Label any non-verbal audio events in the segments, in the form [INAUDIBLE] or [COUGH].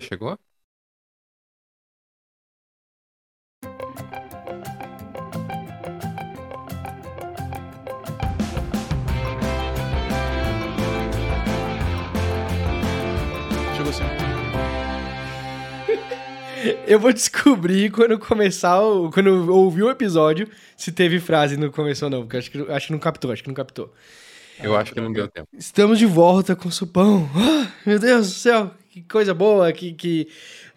chegou? Chegou sim. Eu vou descobrir quando começar, o, quando eu ouvir o episódio, se teve frase no começo ou não, porque eu acho que, acho que não captou, acho que não captou. Eu acho que não deu tempo. Estamos de volta com o Supão. Ah, meu Deus do céu, que coisa boa, que, que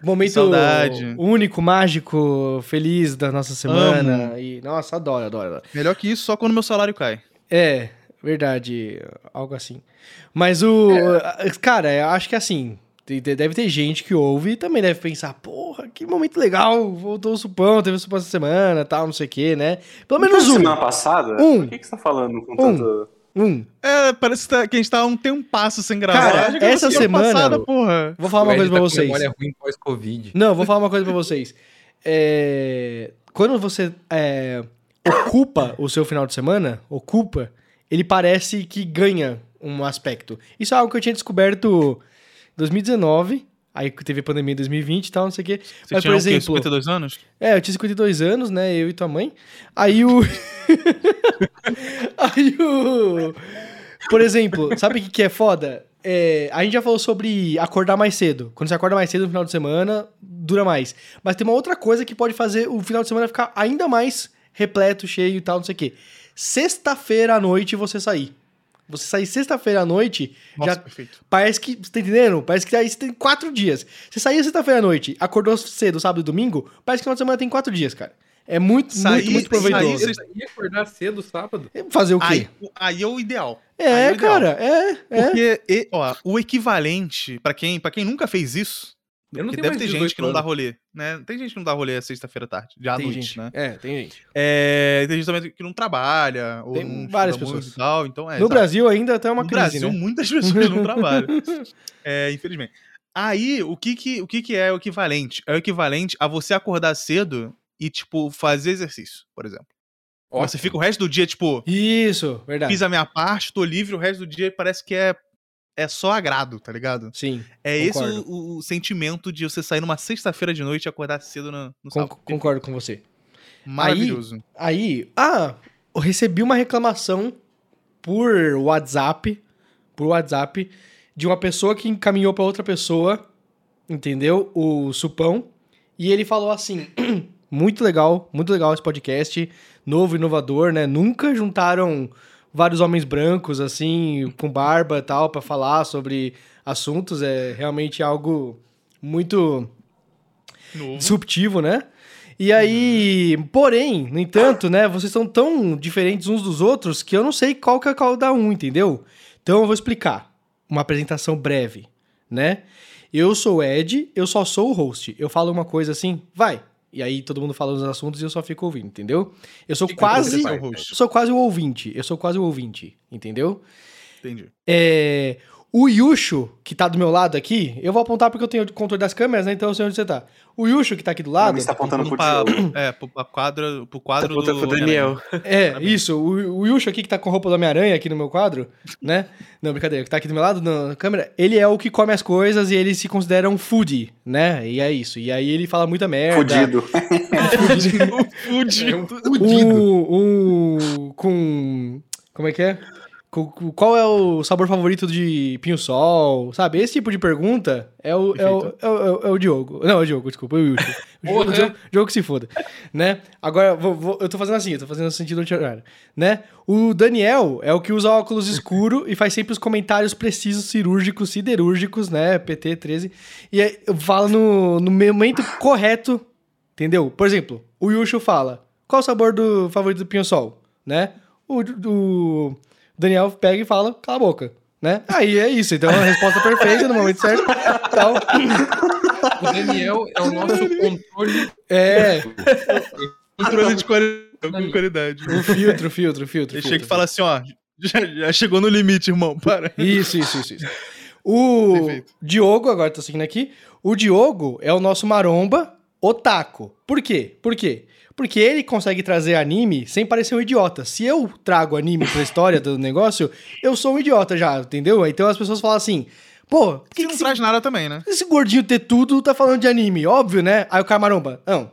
momento Saudade. único, mágico, feliz da nossa semana. E, nossa, adoro, adoro, adoro. Melhor que isso, só quando meu salário cai. É, verdade, algo assim. Mas o. É. Cara, eu acho que assim. te- te- Deve ter gente que ouve e também deve pensar, porra, que momento legal, voltou o supão, teve o supão essa semana, tal, não sei o quê, né? Pelo menos um. Então, Semana passada? Um. Por que, que você tá falando com né, Um. tanta. Um. É, parece que, tá- que a gente tá há um tempasso sem gravar. Cara, Eu acho que essa eu semana- Passada, porra. Vou falar O uma Ed coisa tá pra com vocês. Memória ruim pós-Covid. Não, vou falar uma coisa pra vocês. É, Quando você é, ocupa o seu final de semana, ocupa, ele parece que ganha um aspecto. Isso é algo que eu tinha descoberto em 2019, aí que teve pandemia em 2020 e tal, não sei o quê. Você Mas, tinha por o quê, exemplo- 52 anos? É, eu tinha 52 anos, né? Eu e tua mãe. Aí o. [LAUGHS] Aí o. Por exemplo, sabe o que, que é foda? É, a gente já falou sobre acordar mais cedo. Quando você acorda mais cedo no final de semana, dura mais. Mas tem uma outra coisa que pode fazer o final de semana ficar ainda mais repleto, cheio e tal, não sei o quê. Sexta-feira à noite você sair. Você sair sexta-feira à noite, Nossa, já perfeito. Parece que, você tá entendendo? Parece que aí você tem quatro dias. Você saiu sexta-feira à noite, acordou cedo, sábado e domingo, parece que final de semana tem quatro dias, cara. É muito, Sair- muito, muito sair proveitoso. É, sexta- Você ia acordar cedo sábado. Fazer o quê? Aí, aí é o ideal. é, aí é o cara, é, é. Porque, e- ó, o equivalente, pra quem, pra quem nunca fez isso, Eu não que tenho deve mais ter 18 gente que não dá anos. rolê, né? Tem gente que não dá rolê sexta-feira à tarde, já à noite, né? É, tem gente. É, tem gente também que não trabalha, ou Tem não várias estuda muito pessoas. e tal, então é. no exato. Brasil ainda tá uma no crise, Brasil, um né? muitas [LAUGHS] pessoas não [LAUGHS] trabalham. É, infelizmente. Aí, o que que, o que que é o equivalente? É o equivalente a você acordar cedo e, tipo, fazer exercício, por exemplo. Ótimo. Você fica o resto do dia, tipo, Isso, verdade. fiz a minha parte, tô livre, o resto do dia parece que é, é só agrado, tá ligado? Sim, É esse Concordo. o, o- o sentimento de você sair numa sexta-feira de noite e acordar cedo no, con- no sábado. É concordo com você. Maravilhoso. Aí, ah, eu recebi uma reclamação por WhatsApp, por WhatsApp, de uma pessoa que encaminhou pra outra pessoa, entendeu? O Supão. E ele falou assim: [CLEARS THROAT] muito legal, muito legal esse podcast, novo, inovador, né? Nunca juntaram vários homens brancos, assim, com barba e tal, pra falar sobre assuntos. É realmente algo muito Novo. disruptivo, né? E aí, porém, no entanto, né, vocês são tão diferentes uns dos outros que eu não sei qual que é qual da um, entendeu? Então eu vou explicar. Uma apresentação breve, né? Eu sou o Ed, eu só sou o host. Eu falo uma coisa assim, vai. E aí todo mundo fala os assuntos e eu só fico ouvindo, entendeu? Eu sou Que que quase, você Seu faz? host. sou quase o ouvinte. Eu sou quase o ouvinte, entendeu? Entendi. É, o Yusho, que tá do meu lado aqui, eu vou apontar porque eu tenho o controle das câmeras, né? Então eu sei onde você tá. O Yusho, que tá aqui do Pra lado. mim, você tá apontando pro Pra- [LAUGHS] Diogo. é, pro, pra quadra, pro Tá quadro apontando pro do Daniel. É, tá Parabéns. isso. O, o Yusho aqui, que tá com a roupa do Homem-Aranha aqui no meu quadro, né? Não, brincadeira, que tá aqui do meu lado na câmera, ele é o que come as coisas e ele se considera um foodie, né? E é isso. E aí ele fala muita merda. Fudido. É um fudido. Um, um com... Como é que é? Com- com- Qual é o sabor favorito de pinho-sol? Sabe? Esse tipo de pergunta é o, é o, é o, é o- é o Diogo. Não, é o Diogo, desculpa, é [LAUGHS] o Yusho. O Diogo, Porra. o Diogo- o Diogo que se foda. Né? Agora, vou- vou- eu tô fazendo assim, eu tô fazendo no sentido anti-horário. Né? O Daniel é o que usa óculos escuro e faz sempre os comentários precisos, cirúrgicos, siderúrgicos, né? PT13. E aí, eu falo no, no momento correto, entendeu? Por exemplo, o Yusho fala: qual o sabor do favorito do pinho-sol? Né? O, o Daniel pega e fala: cala a boca. Né? Aí é isso, então é a resposta perfeita no momento certo. Então, O Daniel é o [LAUGHS] nosso controle. é. Tá Controle de qualidade. Com qualidade. O filtro, o filtro, o filtro. Ele o chega e filtro. fala assim, ó. [LAUGHS] Já, já chegou no limite, irmão. Para. Isso, isso, isso, isso. O Perfeito. Diogo, agora tô seguindo aqui. O Diogo é o nosso maromba otaku. Por quê? Por quê? Porque ele consegue trazer anime sem parecer um idiota. Se eu trago anime pra história do negócio, eu sou um idiota já, entendeu? Então as pessoas falam assim: Pô, por Que, que, não que esse, traz nada também, né? esse gordinho ter tudo tá falando de anime? Óbvio, né? Aí o cara maromba, não,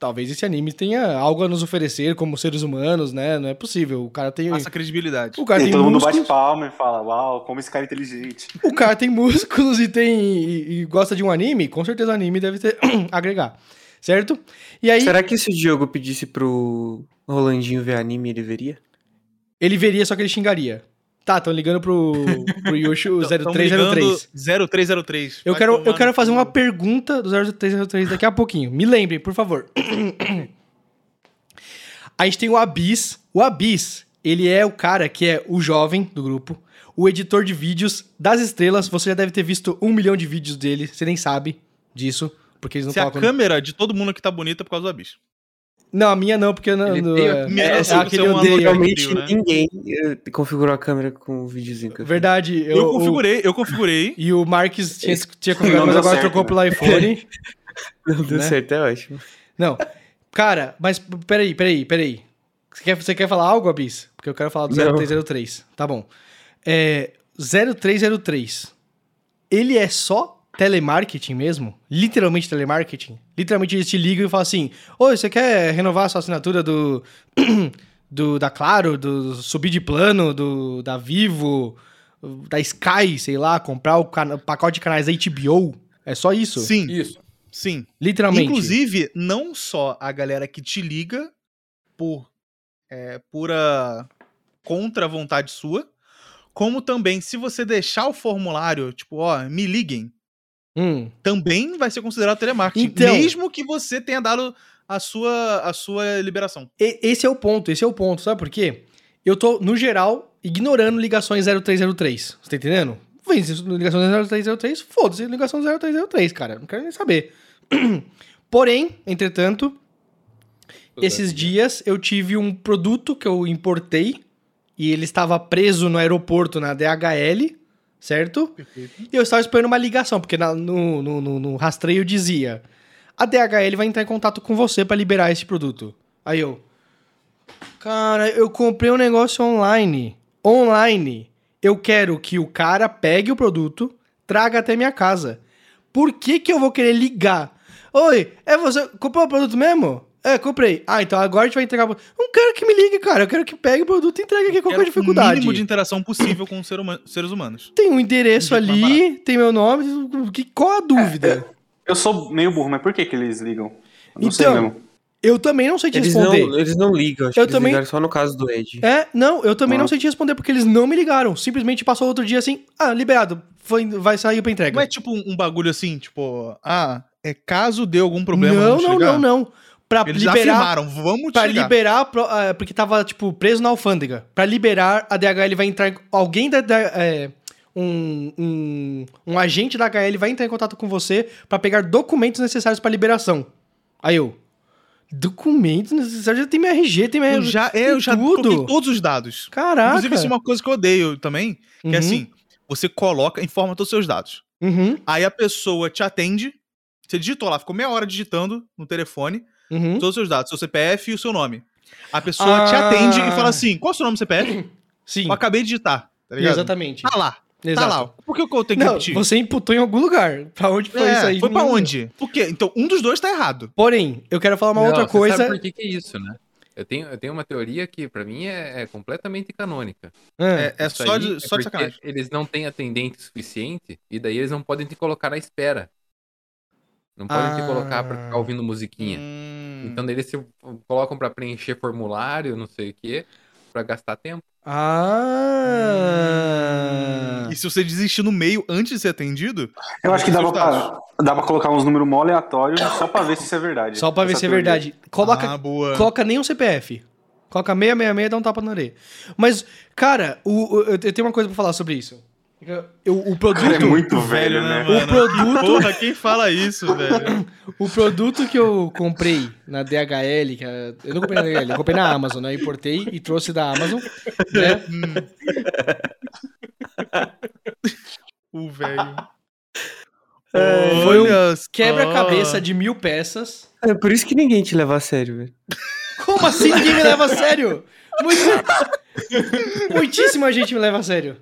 talvez esse anime tenha algo a nos oferecer como seres humanos, né? Não é possível. O cara tem. Passa credibilidade. O cara E tem todo mundo músculos. bate palma e fala, uau, como esse cara é inteligente. o cara tem músculos e tem e, e gosta de um anime, com certeza o anime deve ter [CLEARS THROAT] agregar, certo? E aí Será que se o Diogo pedisse pro Rolandinho ver anime, ele veria? ele veria só que ele xingaria. Tá, estão ligando pro, [LAUGHS] pro Yushu Tão- tão 0303. ligando 0303. Eu Vai quero, tomar eu quero no fazer cu. uma pergunta do 0303 daqui a pouquinho. Me lembrem, por favor. [CLEARS THROAT] A gente tem o Abis. O Abis, ele é o cara que é o jovem do grupo, o editor de vídeos das estrelas. Você já deve ter visto um milhão de vídeos dele, você nem sabe disso, porque eles não Se a colocam no- câmera de todo mundo aqui tá bonita é por causa do bicho. Não, a minha não, porque eu não. Ele não- tem a é, primeira é opção de aquele ser um odeio. aluno. Realmente incrível, né? ninguém eh, configurou a câmera com o videozinho que eu fiz. Verdade, eu, Eu, configurei, eu configurei. [LAUGHS] o- e o Marques tinha, tinha Não configurado, mas deu agora certo, trocou né? pelo iPhone. Não deu né? certo, é ótimo. não. Cara, mas p- peraí, peraí, peraí. Você quer, você quer falar algo, Abis? Porque eu quero falar do Não. 0303. Tá bom. É, 0303. Ele é só telemarketing mesmo? Literalmente telemarketing? Literalmente eles te ligam e falam assim: Oi, você quer renovar a sua assinatura do. [CLEARS THROAT] do da Claro, do subir de plano, do da Vivo, da Sky, sei lá, comprar o cana- pacote de canais da HBO? É só isso? Sim, Isso. sim. Literalmente. Inclusive, não só a galera que te liga por é, pura contra vontade sua, como também se você deixar o formulário, tipo, ó, me liguem, Hum, também vai ser considerado telemarketing, Então- mesmo que você tenha dado a sua a sua liberação. e- esse é o ponto, esse é o ponto, sabe por quê? Eu tô, no geral, ignorando ligações 0303. Você tá entendendo? Vem, se- ligação 0303, foda-se, ligação 0303, cara. Não quero nem saber. [CLEARS THROAT] Porém, entretanto, é, Esses dias eu tive um produto que eu importei e ele estava preso no aeroporto na DHL, certo? Perfeito. E eu estava esperando uma ligação, porque na- no, no, no- no rastreio dizia: a DHL vai entrar em contato com você para liberar esse produto. Aí eu, cara, eu comprei um negócio online. Online. Eu quero que o cara pegue o produto, traga até minha casa. Por que, que eu vou querer ligar? Oi, é você. Comprou o produto mesmo? É, comprei. Ah, então agora a gente vai entregar. o produto. Não quero que me ligue, cara. Eu quero que pegue o produto e entregue aqui. Qual que é a Quero O dificuldade? mínimo de interação possível com os ser huma- seres humanos. Tem um endereço Um jeito mais ali, tem meu nome. Que, qual a dúvida? Eu sou meio burro, mas por que que eles ligam? Eu Não sei Então, mesmo. Eu também não sei te Eles responder. não, eles não ligam, acho Eu que também- eles ligaram só no caso do Ed. É, não, eu também não Ah. sei te responder porque eles não me ligaram. Simplesmente passou outro dia assim, ah, liberado, foi, vai sair pra entrega. Não é tipo um, um bagulho assim, tipo, ah, é caso dê algum problema. não, vamos te não, ligar? não, não. Pra Eles liberar, afirmaram, vamos te pra ligar. liberar, pro- ah, porque tava, tipo, preso na alfândega. Pra liberar, a DHL vai entrar. em- Alguém da. da- é, um, um, um agente da HL vai entrar em contato com você pra pegar documentos necessários pra liberação. Aí eu. Documentos necessários? Já tem minha RG, tem minha. Eu já, é, eu tem já tudo. coloquei todos os dados. Caraca. Inclusive, isso é uma coisa que eu odeio também, que é assim, você coloca, informa todos os seus dados. Uhum, Aí a pessoa te atende, você digitou lá, ficou meia hora digitando no telefone, uhum. todos os seus dados, seu CPF e o seu nome. A pessoa te Ah. atende e fala assim, qual é o seu nome e CPF? Sim, Eu acabei de digitar, tá ligado? exatamente. Tá lá, Exato. tá lá. Por que que eu tenho que Não, repetir? você imputou em algum lugar. Pra onde foi É, isso aí? foi pra Não- onde? Por quê? Então, um dos dois tá errado. Porém, eu quero falar uma Não, outra você coisa. Sabe por que, que é isso, né? Eu tenho, eu tenho uma teoria que, pra mim, é, é completamente canônica. Ah, É, é Isso só, aí de, é só de porque sacanagem. Eles não têm atendente suficiente e daí eles não podem te colocar à espera. Não podem te colocar pra ficar Ah. ouvindo musiquinha. Hum. Então eles se colocam pra preencher formulário, não sei o quê, pra gastar tempo. Ah. E se você desistir no meio antes de ser atendido, Eu acho que dá Seus pra, dá pra colocar uns números mó aleatórios só pra ver se isso é verdade. Só pra ver Essa se é teoria. verdade. Coloca, ah, boa. coloca nem um CPF. Coloca 666 e dá um tapa na orelha. Mas, cara, o, o- eu, eu tenho uma coisa pra falar sobre isso. Eu- o O cara é produto. muito velho, né? O produto. Ah, Porra, quem fala isso, [LAUGHS] velho? O produto que eu comprei na DHL, que é- eu não comprei na DHL, eu comprei na Amazon, né? Eu importei e trouxe da Amazon, [LAUGHS] né? Hum. [LAUGHS] O Uh, velho. foi um Olha só. Ah. Quebra-cabeça de mil peças. É por isso que ninguém te leva a sério, velho. Como assim ninguém me leva a sério? Muito... Muitíssima gente me leva a sério.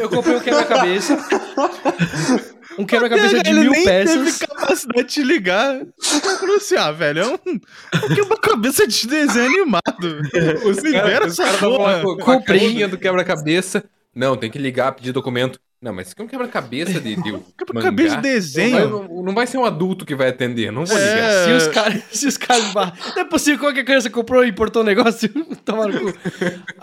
Eu comprei um quebra-cabeça. Um quebra-cabeça de Ele mil nem peças. teve capacidade de ligar pra pronunciar, velho. É um, um quebra-cabeça de desenho animado. Me libera Os caras Tá essa tavam lá porra. com, com a Comprei. caixinha do quebra-cabeça. Não, tem que ligar, pedir documento. Não, mas isso aqui é um quebra-cabeça de, [LAUGHS] de Quebra-cabeça de mangá. desenho. Não vai, não vai ser um adulto que vai atender, não vou ligar. É. Se os caras. [LAUGHS] Se os caras. barra- Não é possível, qualquer criança comprou e importou um negócio. [LAUGHS] Tomaram cu.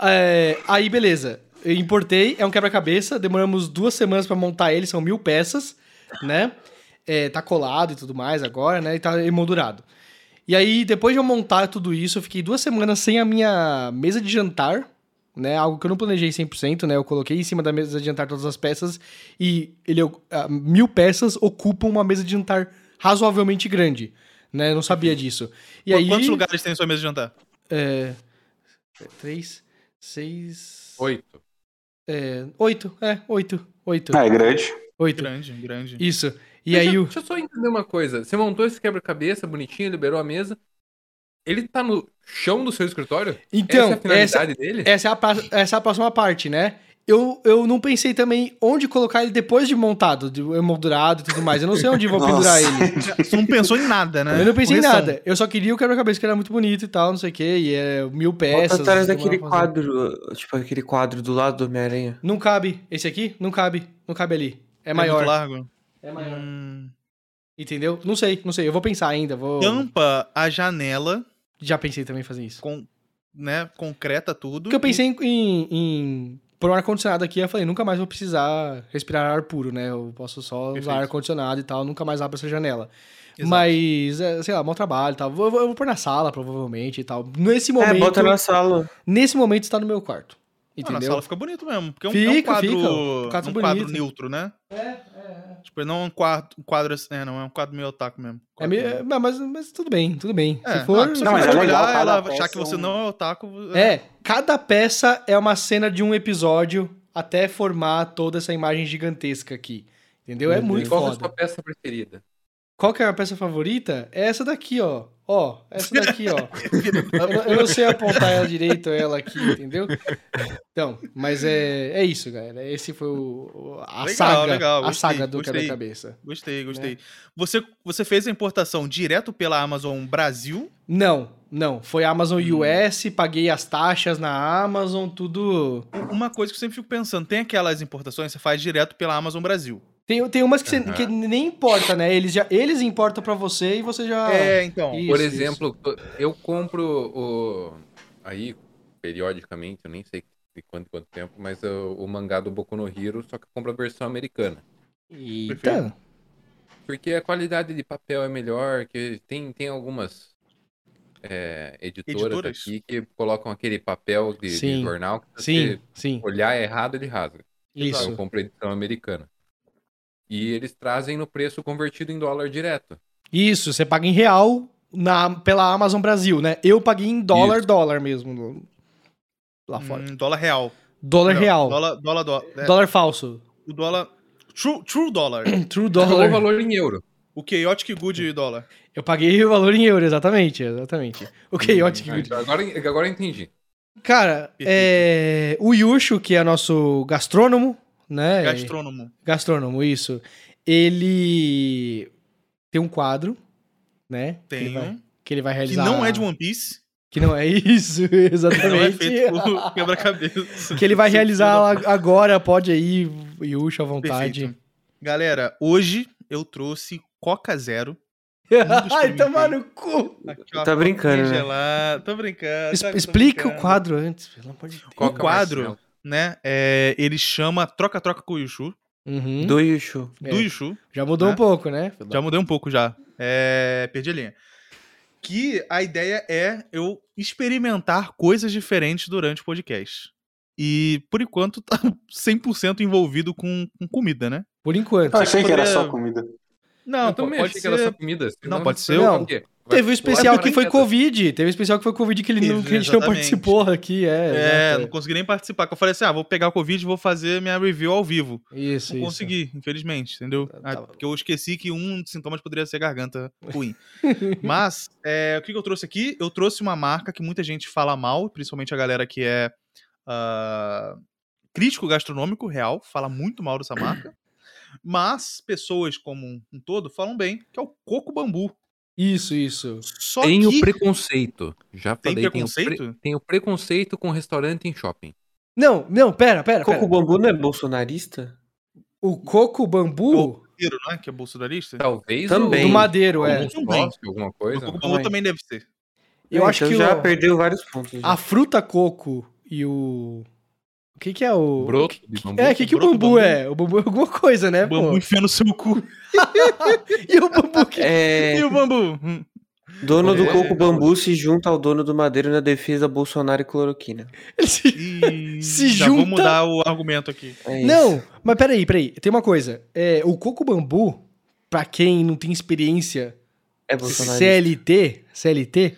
É, aí, beleza. Eu importei, é um quebra-cabeça. Demoramos duas semanas pra montar ele, são mil peças, né? É, tá colado e tudo mais agora, né? E tá emoldurado. E aí, depois de eu montar tudo isso, eu fiquei duas semanas sem a minha mesa de jantar, né? Algo que eu não planejei 100%, né? Eu coloquei em cima da mesa de jantar todas as peças e ele ah, mil peças ocupam uma mesa de jantar razoavelmente grande, né? Eu não sabia disso. E Qu- aí, Quantos lugares tem sua mesa de jantar? É, três, seis, Oito. é, oito, é oito, oito, Ah, é grande. oito. Grande, grande. Isso. E Deixa, aí o deixa eu só entender uma coisa. Você montou esse quebra-cabeça bonitinho, liberou a mesa. Ele tá no chão do seu escritório? essa é então a finalidade dele? Essa é a, pra- essa é a próxima parte, né? Eu, eu não pensei também onde colocar ele depois de montado, de emoldurado e tudo mais. Eu não sei onde vou pendurar Nossa. ele. Você não pensou em nada, né? Eu não pensei em Correção. nada. É Eu só queria o quebra-cabeça, que era muito bonito e tal, não sei o quê. E é mil peças. Bota atrás demora daquele pra fazer. quadro, tipo aquele quadro do lado do Homem-Aranha. Não cabe. Esse aqui? Não cabe. Não cabe ali. É É maior. muito largo. É Hum, Entendeu? Não sei, não sei. Eu vou pensar ainda. Vou... tampa a janela, Já pensei também em fazer isso. com, né, concreta tudo. Porque eu pensei em, em, em pôr um ar-condicionado aqui, eu falei, nunca mais vou precisar respirar ar puro, né? Eu posso só Perfeito. usar ar-condicionado e tal, nunca mais abro essa janela. Exato. Mas, é, sei lá, mau trabalho e tal. Vou- Eu vou, eu vou pôr na sala, provavelmente, e tal. Nesse momento, É, bota na sala. nesse momento está no meu quarto. Não, Ah, na Entendeu? sala fica bonito mesmo. Porque é um, é um Fica, quadro, fica, É, um quadro um quadro bonito. neutro, né? Tipo, não é um quadro, um quadro assim. É, não, é um quadro meio otaku mesmo. É meio- é, mas, mas tudo bem, tudo bem. né? É, Se for... não, a Não, pessoa mas que é vai legal, olhar, cada ela peça achar que é um- você não é otaku. É, cada peça é uma cena de um episódio até formar toda essa imagem gigantesca aqui. Entendeu? É Meu E muito qual que é a foda. sua peça preferida? Qual que é a peça favorita? É essa daqui, ó. Ó, essa daqui, ó. Eu, não- eu não sei apontar ela direito, ela aqui, entendeu? Então, mas é, é isso, galera. Esse foi o, o- a Legal, saga, legal, a gostei, saga do gostei. quebra-cabeça. Gostei, É. gostei. Você, você fez a importação direto pela Amazon Brasil. Não, não. Foi Amazon Hum. US, paguei as taxas na Amazon, tudo. Uma coisa que eu sempre fico pensando, tem aquelas importações que você faz direto pela Amazon Brasil. Tem, tem umas que, você- Aham. que nem importa, né? Eles já eles importam pra você e você já. é, então. Isso, Por isso. exemplo, eu compro o. Aí, periodicamente, eu nem sei de quanto em quanto tempo, mas o, o mangá do Boku no Hero, só que eu compro a versão americana. Eita. Porque a qualidade de papel é melhor, que tem, tem algumas é, editoras, Editoras? aqui que colocam aquele papel de, de Sim. jornal que se Sim, você sim. olhar é errado, ele rasga. Então, Eu Isso. compro a edição americana. E eles trazem no preço convertido em dólar direto. Isso, você paga em real na, pela Amazon Brasil, né? Eu paguei em dólar, Isso. dólar mesmo. no- lá fora. Hum, dólar real. Dólar Não, real. Dólar, Dólar, dólar, dólar, é, falso. Um o dólar. True, [COUGHS] true dólar. True Ou dólar. valor em euro. o Chaotic É. Good dólar. Eu paguei o valor em euro, exatamente. Exatamente. Ok, ótimo. Ah, então agora, agora eu entendi. Cara, é, o Yusho, que é nosso gastrônomo, né? Gastrônomo. Gastrônomo, isso. Ele tem um quadro, né? Que ele Tem vai, um. que ele vai Que realizar. não é de One Piece. Que não é isso, que Não [LAUGHS] é exatamente. feito por [LAUGHS] quebra-cabeça. [LAUGHS] Que ele [LAUGHS] vai realizar lá agora, pode aí, Yusha, à vontade. Perfeito. [LAUGHS] Galera, hoje eu trouxe Coca Zero. dos Ai, tomar no cu! Aqui, ó, Tá brincando, coquinha né? gelada. Tô brincando. Es- tá Explica brincando. o quadro antes, pelo amor de Deus. Coca quadro? Marcelo. Né? É, ele chama Troca-Troca com o Yushu. Uhum. Do Yushu. É. Do Yushu. Já mudou né? um pouco, né? Já mudei um pouco já. É, perdi a linha. Que a ideia é eu experimentar coisas diferentes durante o podcast. E, por enquanto, tá 100% envolvido com, com comida, né? Por enquanto. Eu achei que era poderia- só comida. Não, eu também achei que era só comida. assim, senão Não, pode você ser vai o- falar o quê? Vai Teve um especial que foi paraquedas. Covid. Teve um especial que foi Covid que, ele não, que a gente não Exatamente. participou aqui, é. É, não exato. consegui nem participar. que Eu falei assim, ah, vou pegar o Covid e vou fazer minha review ao vivo. Isso, não isso. consegui, infelizmente, entendeu? Ah, tá. porque eu esqueci que um dos sintomas poderia ser garganta [LAUGHS] ruim. Mas, é, o que, que eu trouxe aqui? Eu trouxe uma marca que muita gente fala mal, principalmente a galera que é ah, crítico gastronômico real, fala muito mal dessa marca. Mas pessoas como um um todo falam bem, que é o coco bambu. Isso, isso. Só Tem que o preconceito. Já Tem falei, preconceito? Tem o, pre- tem o preconceito com restaurante em shopping. Não, não, pera, pera. pera. Coco Bambu não é bolsonarista? O coco bambu Madeiro, né, que é bolsonarista. Talvez Também. do o, madeiro, é. alguns gostem, alguma o coisa. né? coco bambu Ai. também deve ser. Eu acho que É, então já o- perdeu vários pontos. A fruta coco e o. O que que é o. Broto de bambu. É, o que, que o broto, bambu, bambu. é? O bambu é alguma coisa, né? O bambu Pô? enfia no seu cu. [LAUGHS] E o bambu que. É, E o bambu? Hum. dono do É. Coco Bambu se junta ao dono do Madeira na defesa Bolsonaro e cloroquina. ele se- E Se já vou junta. mudar o argumento aqui. É isso. Não, mas peraí, peraí. Tem uma coisa. É, o coco bambu, pra quem não tem experiência É bolsonarista. CLT, CLT,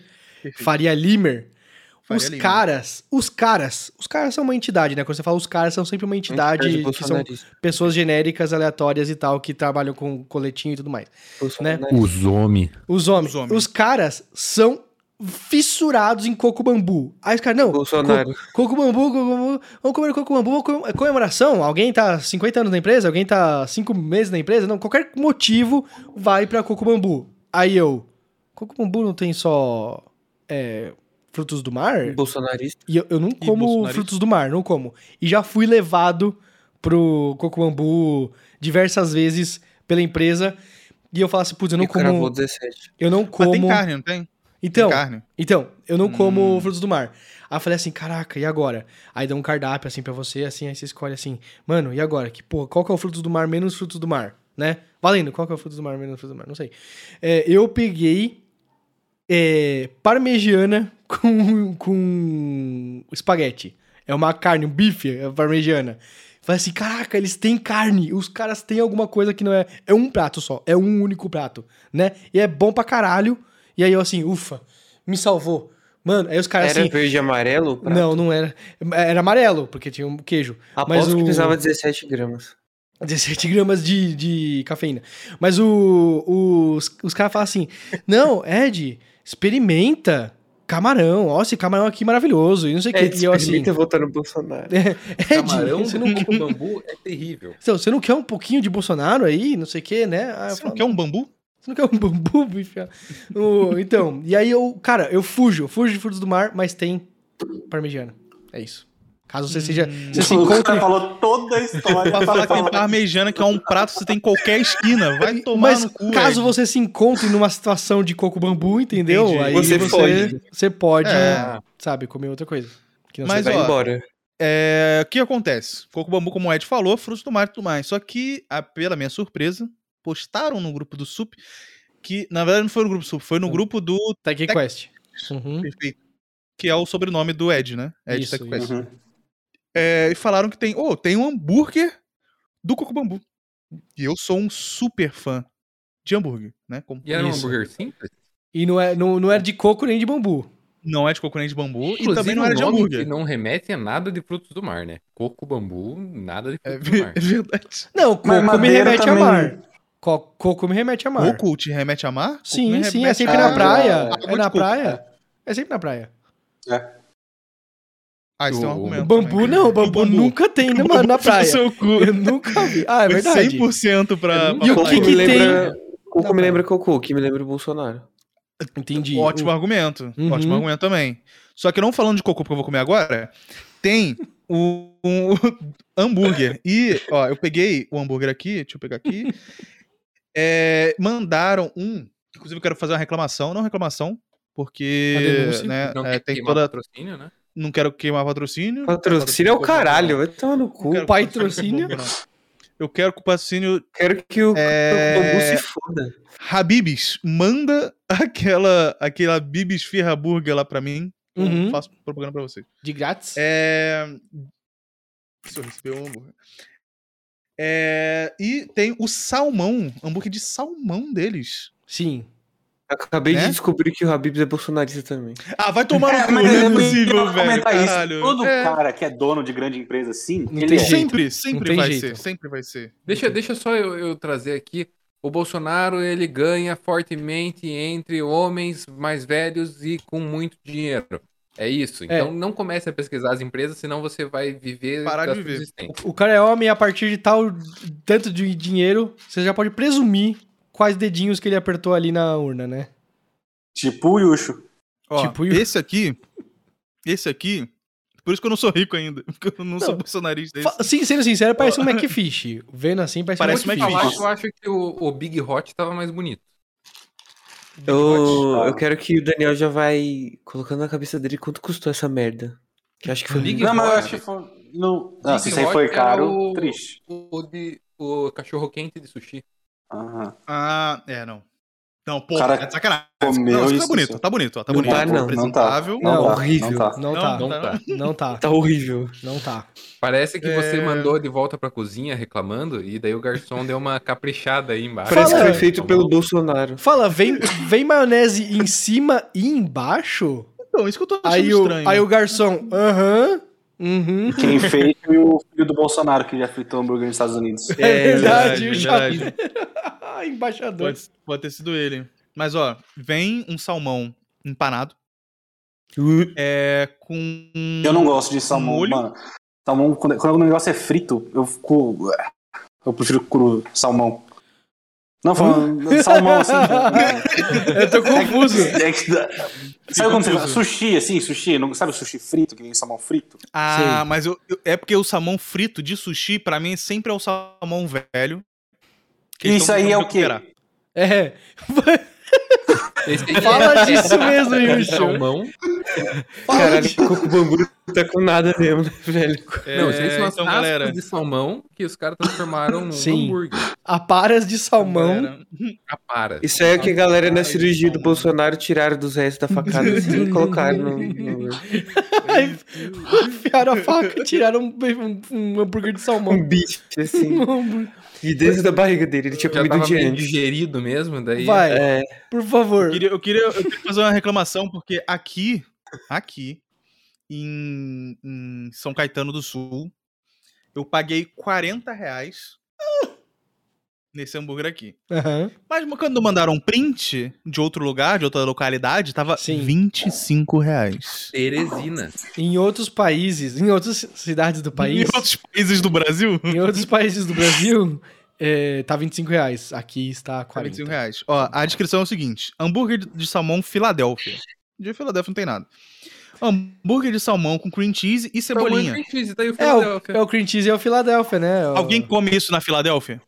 Faria Limer. Faria os Limer. caras, os caras, os caras são uma entidade, né? Quando você fala os caras, são sempre uma entidade Entidade que são bolsonarista. pessoas genéricas, aleatórias e tal, que trabalham com coletinho e tudo mais. Bolsonarista. é? Os homens. Os homens. Os Os, homens. caras são fissurados em coco bambu. Aí os caras, não, Bolsonaro. co- coco bambu, coco bambu, vamos comer coco bambu, vamos comem- é comemoração, alguém tá 50 anos na empresa, alguém tá 5 meses na empresa, não, qualquer motivo vai pra coco bambu. Aí eu, coco bambu não tem só é, frutos do mar? Bolsonarista. E eu, eu não como bolsonarista. frutos do mar, não como. E já fui levado pro Cocobambu diversas vezes pela empresa. E eu falasse, putz, eu não e cravou como. 17. Eu não Mas como. tem carne, não tem? Então, tem carne. então, eu não como Hum. frutos do mar. Aí eu falei assim, caraca, e agora? Aí dá um cardápio assim pra você, assim, aí você escolhe assim, mano, e agora? Que porra, qual que é o frutos do mar menos frutos do mar, né? Valendo, qual que é o frutos do mar menos frutos do mar? Não sei. É, eu peguei é, parmegiana [LAUGHS] com, com espaguete. É uma carne, um bife, é parmegiana. Falei assim, caraca, eles têm carne, os caras têm alguma coisa que não é. É um prato só, é um único prato, né? E é bom pra caralho. E aí eu assim, ufa, me salvou. Mano, aí os caras Era assim. verde e amarelo? Pra... Não, não era. Era amarelo, porque tinha um queijo. Aposto mas o- que precisava 17 gramas. 17 gramas de, de cafeína. Mas o, os, os caras falam assim: não, Ed, experimenta camarão. Ó, esse camarão aqui maravilhoso. E não sei o que. É. E eu assim: É, experimenta votar tá no Bolsonaro. É Ed, [LAUGHS] Camarão você, do não... coco bambu é terrível. então, você não quer um pouquinho de Bolsonaro aí? Não sei o que, né? Ah, eu Você não falo, quer um bambu? Você não quer um [LAUGHS] bambu pra enfiar? no- Então, e aí eu, cara, eu fujo, eu fujo de frutos do mar, mas tem parmegiana. É isso. Caso você seja. Hum. Você se O encontre. cara falou [LAUGHS] toda a história. Vai falar que tem tá- parmegiana, que é um prato que você tem em qualquer esquina. Vai tomar Mas no cu. caso Ed. você se encontre numa situação de coco bambu, entendeu? Entendi. Aí você, Você você, foge. pode, É. sabe, comer outra coisa. que não Mas, seja- Vai ó, embora. É, o que acontece? Coco Bambu, como o Ed falou, frutos do mar e tudo mais. Só que, a- pela minha surpresa, postaram no grupo do SUP, que na verdade não foi no grupo do SUP, Hum. foi no grupo do Tech Quest. Uhum. Perfeito, que é o sobrenome do Ed, né? Ed Isso, Tech Quest. Uhum. É, e falaram que tem, oh, tem um hambúrguer do Coco Bambu. E eu sou um super fã de hambúrguer, né? Como- E era um Isso. hambúrguer simples? E não é, não, não é de coco nem de bambu. Não é de coco nem de bambu e Inclusive, também não era um de nome hambúrguer. que não remete a nada de frutos do mar, né? Coco, bambu, nada de É, frutos ve- do [LAUGHS] mar. é verdade. Não, coco me madeira remete também. a mar. Co- coco me remete a mar. Coco te remete a mar? Coco Sim, me sim, é remete sempre a- na praia. água É de na coco. praia. É sempre na praia. Ah, isso é um O- argumento. O bambu também. não, o O bambu nunca tem na, bambu na fica no praia. Seu cu. é [LAUGHS] Eu nunca vi. Ah, é Foi verdade. 100% pra, E pra o falar que isso. que tem? lembra... Coco Tá me bom. lembra Cocô, que me lembra o Bolsonaro. Entendi. Um Ótimo argumento. Um Uhum. Ótimo argumento também. Só que não falando de cocô porque eu vou comer agora, tem o um [LAUGHS] hambúrguer. E, ó, eu peguei o hambúrguer aqui, deixa eu pegar aqui. É, mandaram um. Inclusive, eu quero fazer uma reclamação, não reclamação, Uma porque denúncia? né, Não é, quer tem queimar toda. patrocínio, né? Não quero queimar patrocínio. Patrocínio é o caralho, vai tomar no Não cu. [LAUGHS] quero O patrocínio. não. Eu quero que o patrocínio Quero que o É. Coco Bambu se foda. Habibis, manda [LAUGHS] aquela aquela Bibis Firra Burger lá pra mim. Eu Uhum. faço propaganda pra vocês. De grátis? É... Se eu receber um hambúrguer. É, E tem o salmão, hambúrguer de salmão deles. Sim. Acabei Né? de descobrir que o Habibs é bolsonarista também. Ah, vai tomar no É, cu, não mas é eu possível, vou velho. comentar Caralho. isso. Todo É, cara que é dono de grande empresa assim, Não ele tem é. jeito. sempre, Não sempre tem vai jeito. ser, sempre vai ser. Deixa, deixa só eu, eu trazer aqui. O Bolsonaro, ele ganha fortemente entre homens mais velhos e com muito dinheiro. É isso. Então não comece a pesquisar as empresas, senão você vai viver Parar da de viver. subsistência. O cara é homem e a partir de tal tanto de dinheiro, você já pode presumir quais dedinhos que ele apertou ali na urna, né? Tipo o Yusho. Ó, Tipo, e- esse aqui. Esse aqui. Por isso que eu não sou rico ainda. [LAUGHS] Porque eu não, sou bolsonarista. Esse- Fa- Sim, sendo sincero, parece um McFish. Vendo assim, parece, É Parece um Eu mais vou te falar difícil. que eu acho que o, o Big Hot tava mais bonito. Eu, eu quero que o Daniel já vai colocando na cabeça dele quanto custou essa merda. Que eu acho que foi Big não, mas eu Hot. acho que foi. Não, não Big se isso aí Hot foi era caro, o- triste. O, de, o cachorro quente de sushi. Aham. Ah, é, não. Não, pô, Cara, é de sacanagem. comeu não, isso tá isso, assim. bonito, senhor. tá bonito, ó, tá Não bonito. tá, não não, tá. apresentável. Não, dá, horrível. Não tá. Não, Não, tá, Não tá. não tá, Tá horrível. não tá. Parece que você É. mandou de volta pra cozinha reclamando, e daí o garçom deu uma caprichada aí embaixo. Parece que Fala- foi feito pelo Bolsonaro. Fala, vem, vem maionese em cima e embaixo? Então, isso que eu tô achando Aí o, estranho. aí o garçom, aham, uhum, Quem fez foi o filho do Bolsonaro que já fritou hambúrguer nos Estados [LAUGHS] Unidos. É verdade, verdade, o verdade. Jair. Embaixador. Pode, pode ter sido ele. Mas, ó, vem um salmão empanado. Uh. É com. Eu não gosto de salmão, Molho? mano. Salmão, quando, quando o negócio é frito, eu fico. Eu prefiro cru, salmão. Não, falando [LAUGHS] salmão assim. Eu tô confuso. É que- sabe quando você. Sushi, assim, sushi. Não, sabe o sushi frito, que vem salmão frito? Ah, Sei. mas eu, eu- é porque o salmão frito de sushi, pra mim, sempre é o salmão velho. que eles Isso tão aí é tentando o quê? recuperar. É. Esse aí Fala disso mesmo, é de Yusho. salmão. Caralho, ficou com o bambu tá com nada mesmo, né, velho? Não, É, vocês são as cascas então, galera. um de salmão que os caras transformaram num [LAUGHS] Sim. hambúrguer. Aparas de salmão. Galera, A para. Isso aí é que a galera na cirurgia do Bolsonaro tiraram dos restos da facada assim, e colocaram no. no- Aí enfiaram a faca e tiraram um, um- um hambúrguer de salmão. um bife, assim. Um hambúrguer. E dentro da barriga dele, ele tinha Já comido tava de meio antes. digerido mesmo, daí... Vai, É, por favor. eu, queria, eu, queria, eu queria fazer uma reclamação, porque aqui, aqui, em, em São Caetano do Sul, eu paguei 40 reais nesse hambúrguer aqui. Aham. Mas quando mandaram um print de outro lugar, de outra localidade, tava Sim. 25 reais. Teresina. Em outros países, em outras ci- cidades do país, Em outros países do Brasil? em outros países do Brasil, é, tá 25 reais. Aqui está 40. 45 reais. Ó, a descrição é o seguinte: hambúrguer de- de salmão Filadélfia. De Filadélfia não tem nada. Hambúrguer de salmão com cream cheese e cebolinha. tá? É o, é o cream cheese e é o Philadelphia, né? O- Alguém come isso na Filadélfia?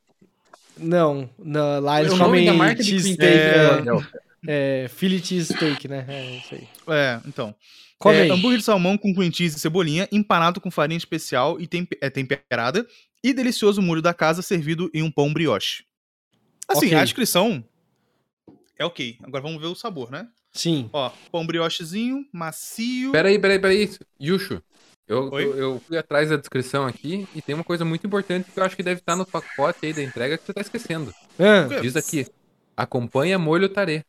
Não, na- lá eles o nome comem da marca de cheese Queen né? steak, é, Taylor. é, Philly cheese steak, né? É isso aí. É, então. Come É, aí. hambúrguer de salmão com cream cheese e cebolinha, empanado com farinha especial e tempe- é, temperada, e delicioso molho da casa servido em um pão brioche. Assim, Ok. a descrição é ok. Agora vamos ver o sabor, né? Sim. Ó, pão briochezinho, macio. Peraí, peraí, peraí. Yushu, eu, Oi? eu, eu fui atrás da descrição aqui e tem uma coisa muito importante que eu acho que deve estar no pacote aí da entrega que você tá esquecendo. Ah, [LAUGHS] quê? Diz aqui. Acompanha molho tarê.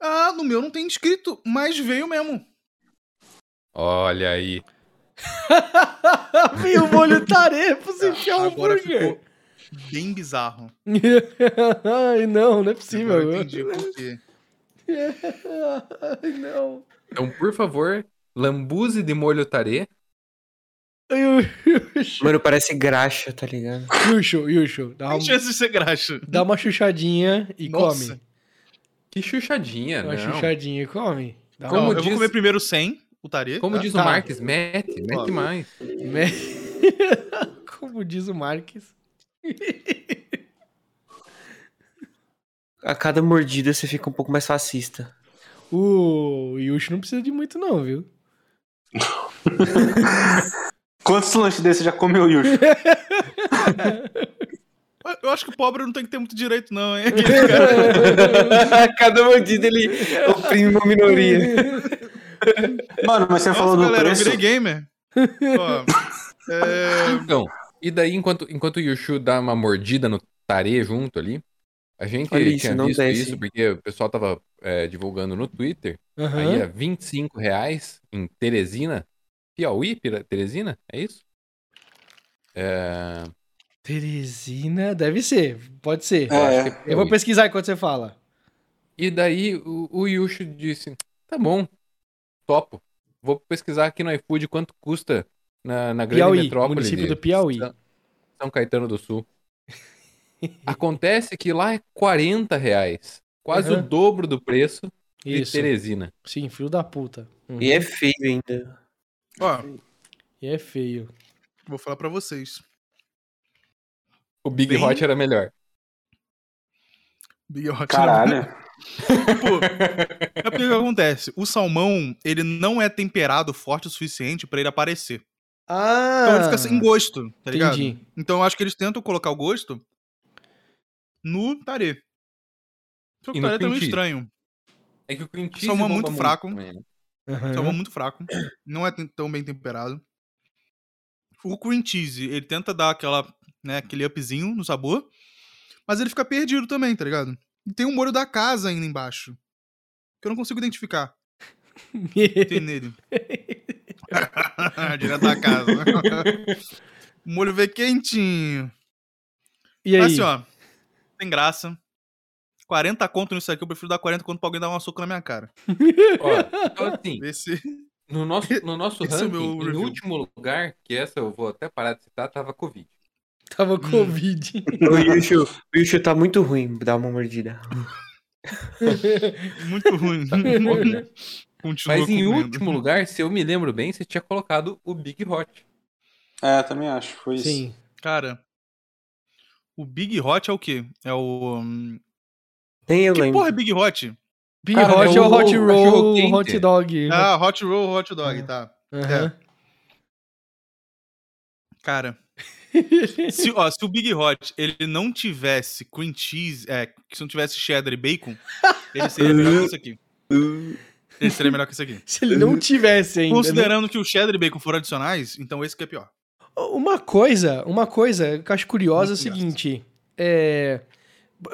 Ah, no meu não tem escrito, mas veio mesmo. Olha aí. Vem o molho tarê pra você enfiar um Ah, Agora hambúrguer. Bem bizarro. Ai, não, não é possível. Agora eu entendi por quê. Ai, não. Então, por favor, lambuze de molho tarê. Yushu, Mano, parece graxa, tá ligado? Yushu, Yushu, dá Tem uma, chance de ser graxa. dá uma chuchadinha e Nossa. come. Que chuchadinha, não. Dá É uma chuchadinha e come. Dá um Como Não, uma... eu diz- vou comer primeiro sem o tarê. Como tá? diz Tá. o Marques, mete, Ó. mete mais. [LAUGHS] Como diz o Marques. A cada mordida você fica um pouco mais fascista. O Yushu não precisa de muito, não, viu? Quantos lanches desses você já comeu, Yusho? Eu- Eu acho que o pobre não tem que ter muito direito, não, hein? a cada mordida ele oprime uma minoria. Mano, mas você Nossa, falou do galera, preço. eu virei gamer. Ó, é, Então, e daí, enquanto, enquanto o Yushu dá uma mordida no tarê junto ali, a gente Olha isso, tinha não visto desce. isso porque o pessoal tava é, divulgando no Twitter. Aham. Aí é 25 reais em Teresina. Piauí, Pira- Teresina? É isso? É, Teresina, deve ser, pode ser. eu É. acho que é Eu vou Piauí. pesquisar enquanto você fala. E daí o, o Yushu disse: Tá bom. Topo. Vou pesquisar aqui no iFood quanto custa na, na grande Piauí, metrópole. município de do Piauí. São- São Caetano do [LAUGHS] Sul. Acontece que lá é 40 reais. Quase o Aham. dobro do preço de Isso. Teresina. Sim, filho da puta. E é feio ainda. Ó, E é feio. vou falar pra vocês. O Big Bem- Hot era melhor. Big Hot, né? Caralho. Tipo, é porque o que acontece? O salmão, ele não é temperado forte o suficiente pra ele aparecer. Ah! Então ele fica sem gosto, tá ligado? Entendi. Então eu acho que eles tentam colocar o gosto no tarê. Só E que o no tarê tá meio quinti. estranho. É que o cream cheese Salmão bomba um muito fraco. também, né? Aham. [LAUGHS] Salmão muito fraco. Não é tem- tão bem temperado. O cream cheese, ele tenta dar aquela, né, aquele upzinho no sabor, mas ele fica perdido também, tá ligado? E tem um molho da casa ainda embaixo, que eu não consigo identificar. que Tem nele. [LAUGHS] Direto da casa. [LAUGHS] o molho veio quentinho. e aí? Mas assim, ó, tem graça. 40 conto nisso aqui, eu prefiro dar 40 conto pra alguém dar um açúcar na minha cara. Ó, então assim, Vê se... no nosso, no nosso [LAUGHS] Esse é o ranking, meu em review. último lugar, que essa eu vou até parar de citar, tava Covid. Tava Covid. O Yushu, o Yushu tá muito ruim, dá uma mordida. é Muito ruim. Tá com fome, né? [LAUGHS] Continua Mas em comendo. último lugar, se eu me lembro bem, você tinha colocado o Big Hot. É, também acho. Foi isso. Sim. Cara, o Big Hot é o quê? É o. hum, Nem eu Que lembro. porra é Big Hot? Big Cara, Hot é é o o hot cachorro roll, quente. hot dog. Ah, Hot Roll, Hot Dog, É. tá. Aham. Cara. se, ó, se o Big Hot ele não tivesse cream cheese, é, que se não tivesse cheddar e bacon, ele seria melhor que isso aqui. Ele seria melhor que isso aqui. Se ele não tivesse ainda. né? Considerando que o cheddar e bacon foram adicionais, então esse que é pior. Uma coisa, uma coisa que eu acho curiosa é o Muito seguinte. É,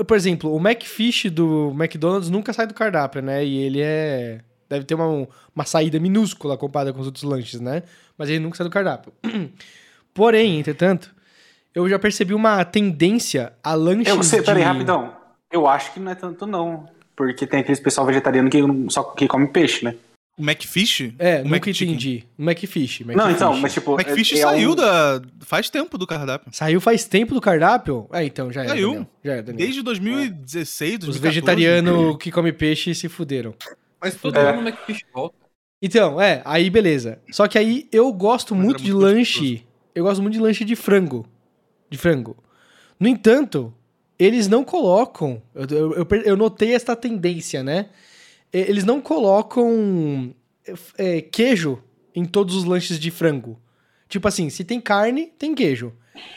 por exemplo, o McFish do McDonald's nunca sai do cardápio, né? E ele é. Deve ter uma, uma saída minúscula comparada com os outros lanches, né? Mas ele nunca sai do cardápio. [CLEARS THROAT] Porém, entretanto, eu já percebi uma tendência a lanches. Eu sei, de- peraí, rapidão. Eu acho que não é tanto, não. Porque tem aqueles pessoal vegetariano que não- só que come peixe, né? O McFish? É, O nunca McChicken. entendi. O McFish. Não, então, McFish. mas tipo. O McFish é- é saiu um- da. faz tempo do cardápio. Saiu faz tempo do cardápio? É, então, já era. Saiu. Daniel. Já era, Daniel. Desde 2016, 2014. Os vegetarianos né? que comem peixe se fuderam. Mas todo É. mundo no McFish volta. Então, é, aí beleza. Só que aí eu gosto Mas muito era de muito lanche. Eu gosto muito de lanche de frango. De frango. No entanto, eles não colocam. Eu, eu- eu per- eu notei esta tendência, né? E- Eles não colocam é, f- é, queijo em todos os lanches de frango. Tipo assim, se tem carne, tem queijo.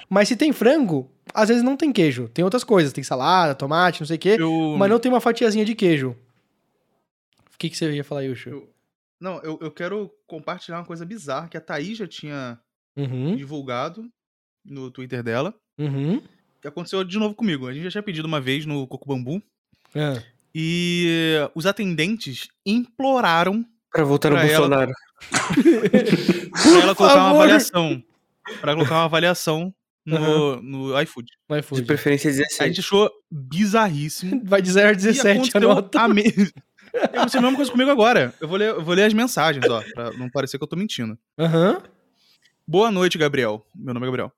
Mas se tem frango, às vezes não tem queijo. Tem outras coisas, tem salada, tomate, não sei o quê. Eu... Mas não tem uma fatiazinha de queijo. O que, que você ia falar, Yushu? Eu- Não, eu, eu quero compartilhar uma coisa bizarra que a Thaís já tinha Uhum. divulgado no Twitter dela. Uhum. Que aconteceu de novo comigo. A gente já tinha pedido uma vez no Coco Bambu. Ah. E os atendentes imploraram Pra voltar no Pra ela- Bolsonaro. pra ela colocar uma favor. avaliação. Pra colocar uma avaliação no, no iFood. Vai De é? fugir. preferência A 17. gente achou bizarríssimo. Vai de 0 a 17 a aconteceu nota. A me... [LAUGHS] aconteceu a mesma coisa comigo agora. Eu vou ler, eu vou ler as mensagens, ó, pra não parecer que eu tô mentindo. Aham. Boa noite, Gabriel. Meu nome é Gabriel.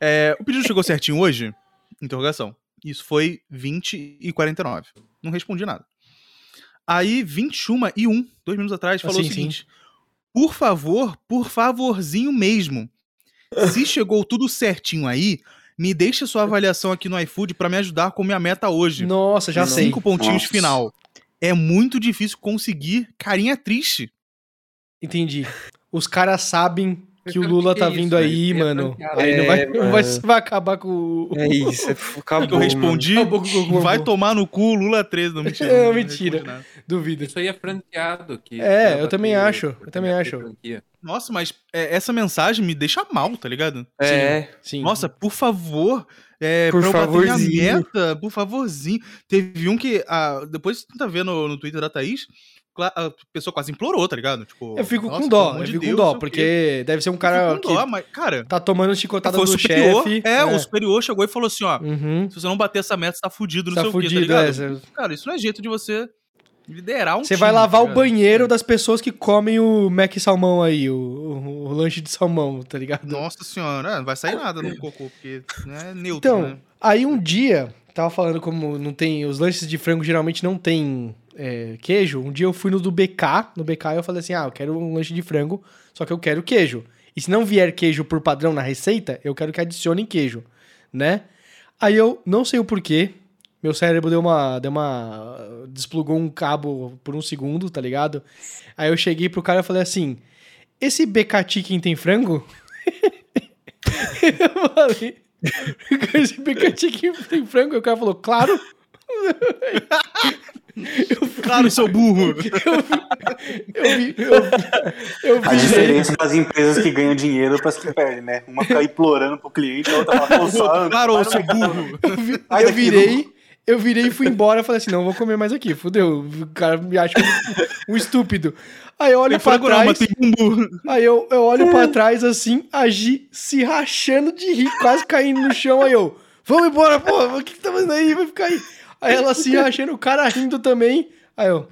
É, o pedido chegou certinho hoje? [LAUGHS] Interrogação. Isso foi 20 e 49. Não respondi nada. Aí, 21 e 1, dois minutos atrás, Ah, falou sim, o sim. seguinte: Por favor, por favorzinho mesmo. Se chegou tudo certinho aí, me deixa sua avaliação aqui no iFood pra me ajudar com minha meta hoje. Nossa, já Não. sei. Cinco pontinhos Nossa. final. É muito difícil conseguir carinha triste. Entendi. Os caras sabem que o Cara, Lula que tá que é vindo isso, aí, velho? mano. É, Aí não vai, mano. vai, [LAUGHS] vai acabar com o. É isso, é f- acabou. tipo, [LAUGHS] Eu respondi, Mano. Acabou com o Google. vai tomar no cu Lula 13, não [LAUGHS] mentira. É, não mentira. respondi nada. Dúvida. Isso aí é franqueado. tá Que É, ela eu também tem acho, eu oportunidade também de acho. franquia. Nossa, mas é, essa mensagem me deixa mal, tá ligado? É, Sim. Nossa, por favor, é, Por pra eu bater minha favorzinho. meta, por favorzinho. Teve um que, ah, depois você tá vendo no, no Twitter da Thaís, cla- a pessoa quase implorou, tá ligado? Tipo, eu fico nossa, com pelo dó, amor eu de fico com Deus, dó, não sei o porque quê. deve ser um Eu cara fico com dó, que mas, cara, tá tomando chicotada foi o do superior, chefe. é, o superior chegou e falou assim, ó, Uhum. se você não bater essa meta, você tá fudido, não Tá sei o quê, tá fudido, ligado? é. Cara, isso não é jeito de você Liderar um Você vai lavar o tá ligado? banheiro das pessoas que comem o Mac salmão aí, o, o- o lanche de salmão, tá ligado? Nossa senhora, ah, não vai sair nada no cocô, porque não é neutro, Então, [LAUGHS] né? aí um dia, tava falando como não tem. Os lanches de frango geralmente não tem é, queijo. Um dia eu fui no do BK, no BK eu falei assim: ah, eu quero um lanche de frango, só que eu quero queijo. E se não vier queijo por padrão na receita, eu quero que adicione queijo, né? Aí eu não sei o porquê. Meu cérebro deu uma, deu uma. desplugou um cabo por um segundo, tá ligado? Aí eu cheguei pro cara e falei assim: esse BK Chicken tem frango? [LAUGHS] eu falei. Esse picante que tem frango. E o cara falou, claro. Claro, seu burro! Eu vi. Eu, eu A vi. diferença das empresas que ganham dinheiro para as que perdem, né? Uma fica implorando pro cliente, a outra fala, pô, [LAUGHS] só Claro, seu burro! Ai, eu daqui, virei, eu virei e fui embora. Eu Falei assim, não, vou comer mais aqui. Fudeu. O cara me acha um, um estúpido. Aí eu olho Tem pra frango não, mas trás. tem umbu. Aí eu, eu olho pra trás assim, a Gi se rachando de rir, quase caindo no chão. Aí eu, vamos embora, pô, o que, que tá fazendo aí? Vai ficar aí. Aí ela se rachando, o cara rindo também. Aí eu,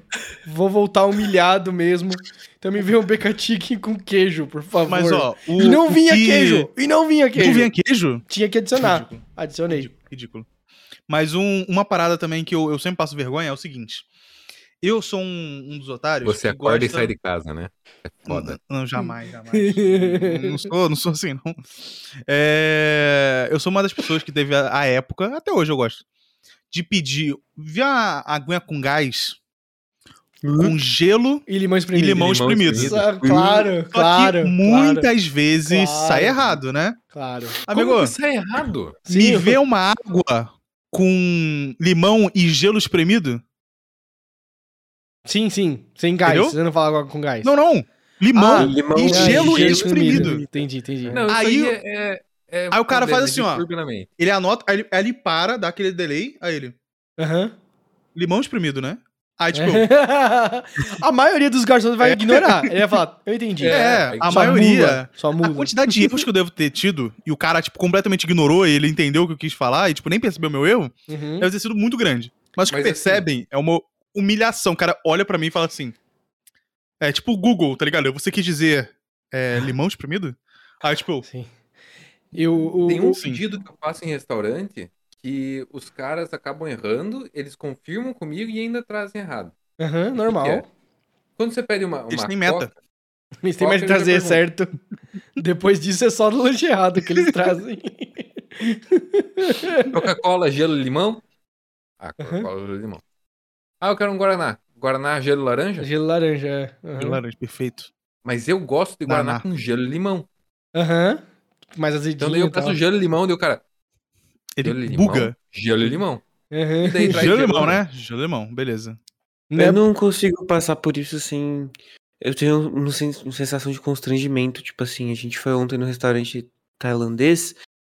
vou voltar humilhado mesmo. Então me vê um becatique com queijo, por favor. Mas ó, o, e não o vinha que- queijo, e não vinha queijo. Não vinha queijo? Tinha que adicionar. Adicionei. Ridículo. Mas um- uma parada também que eu, eu sempre passo vergonha é o seguinte. Eu sou um, um dos otários. Você que acorda e gosta- sai de casa, né? É foda. Não, não, jamais, [LAUGHS] jamais. não, sou, não sou assim, não. É, eu sou uma das pessoas que teve a, a época, até hoje eu gosto, de pedir via aguinha com gás, Uhum. com gelo, [LAUGHS] E limão espremido. E limão espremido. Claro, claro, só claro. que muitas vezes Claro. sai errado, né? Claro. Amigo, Amigo, Como que isso é errado? me Sim. vê uma água com limão e gelo espremido? Sim, sim. Sem gás. Entendeu? Você não fala agora com gás. Não, não. Limão. Ah, Limão e gelo Ah, espremido. Entendi, entendi. Não, isso Aí aí, o- é, é- é Aí o cara faz assim, ó. distúrbio na mente. Ele anota, aí ele, aí ele para, dá aquele delay, aí ele. Aham. Limão espremido, né? Aí, tipo, é, [LAUGHS] a maioria dos garçons vai ignorar. Ele vai falar, eu entendi. É, tipo, a só maioria. Muda, só A muda. quantidade de erros que eu devo ter tido, e o cara, tipo, completamente ignorou, e ele entendeu o que eu quis falar, e, tipo, nem percebeu meu erro, Uhum. deve ter sido muito grande. Mas o que Mas, assim, percebem é uma humilhação. O cara olha pra mim e fala assim. É tipo o Google, tá ligado? Você quis dizer Ah. é, limão espremido? Aí, tipo, Sim. E o, o- Tem um o- Sim. pedido que eu faço em restaurante que os caras acabam errando, eles confirmam comigo e ainda trazem errado. Aham, normal. Que é? Quando você pede uma, Eles uma têm meta. Coca, Mas tem mais Qual de que é a trazer minha certo. [LAUGHS] Depois disso é só no lanche errado que eles trazem. Coca-Cola, gelo e limão. Ah, Coca-Cola, gelo e limão. Ah, eu quero um Guaraná. Guaraná, gelo e laranja? Gelo laranja. é. de Aham. laranja, perfeito. Mas eu gosto de Guaraná Naná. com gelo e limão. Aham. Mais azedinho Então daí eu e tal. peço gelo e limão, daí o cara... gelo e tá. Ele limão, buga. Gelo e limão. Aham. E daí traz Gelo e limão, gelo. né? Gelo e limão, beleza. Né? Eu não consigo passar por isso sem. Eu tenho um sen- uma sensação de constrangimento. Tipo assim, a gente foi ontem no restaurante tailandês,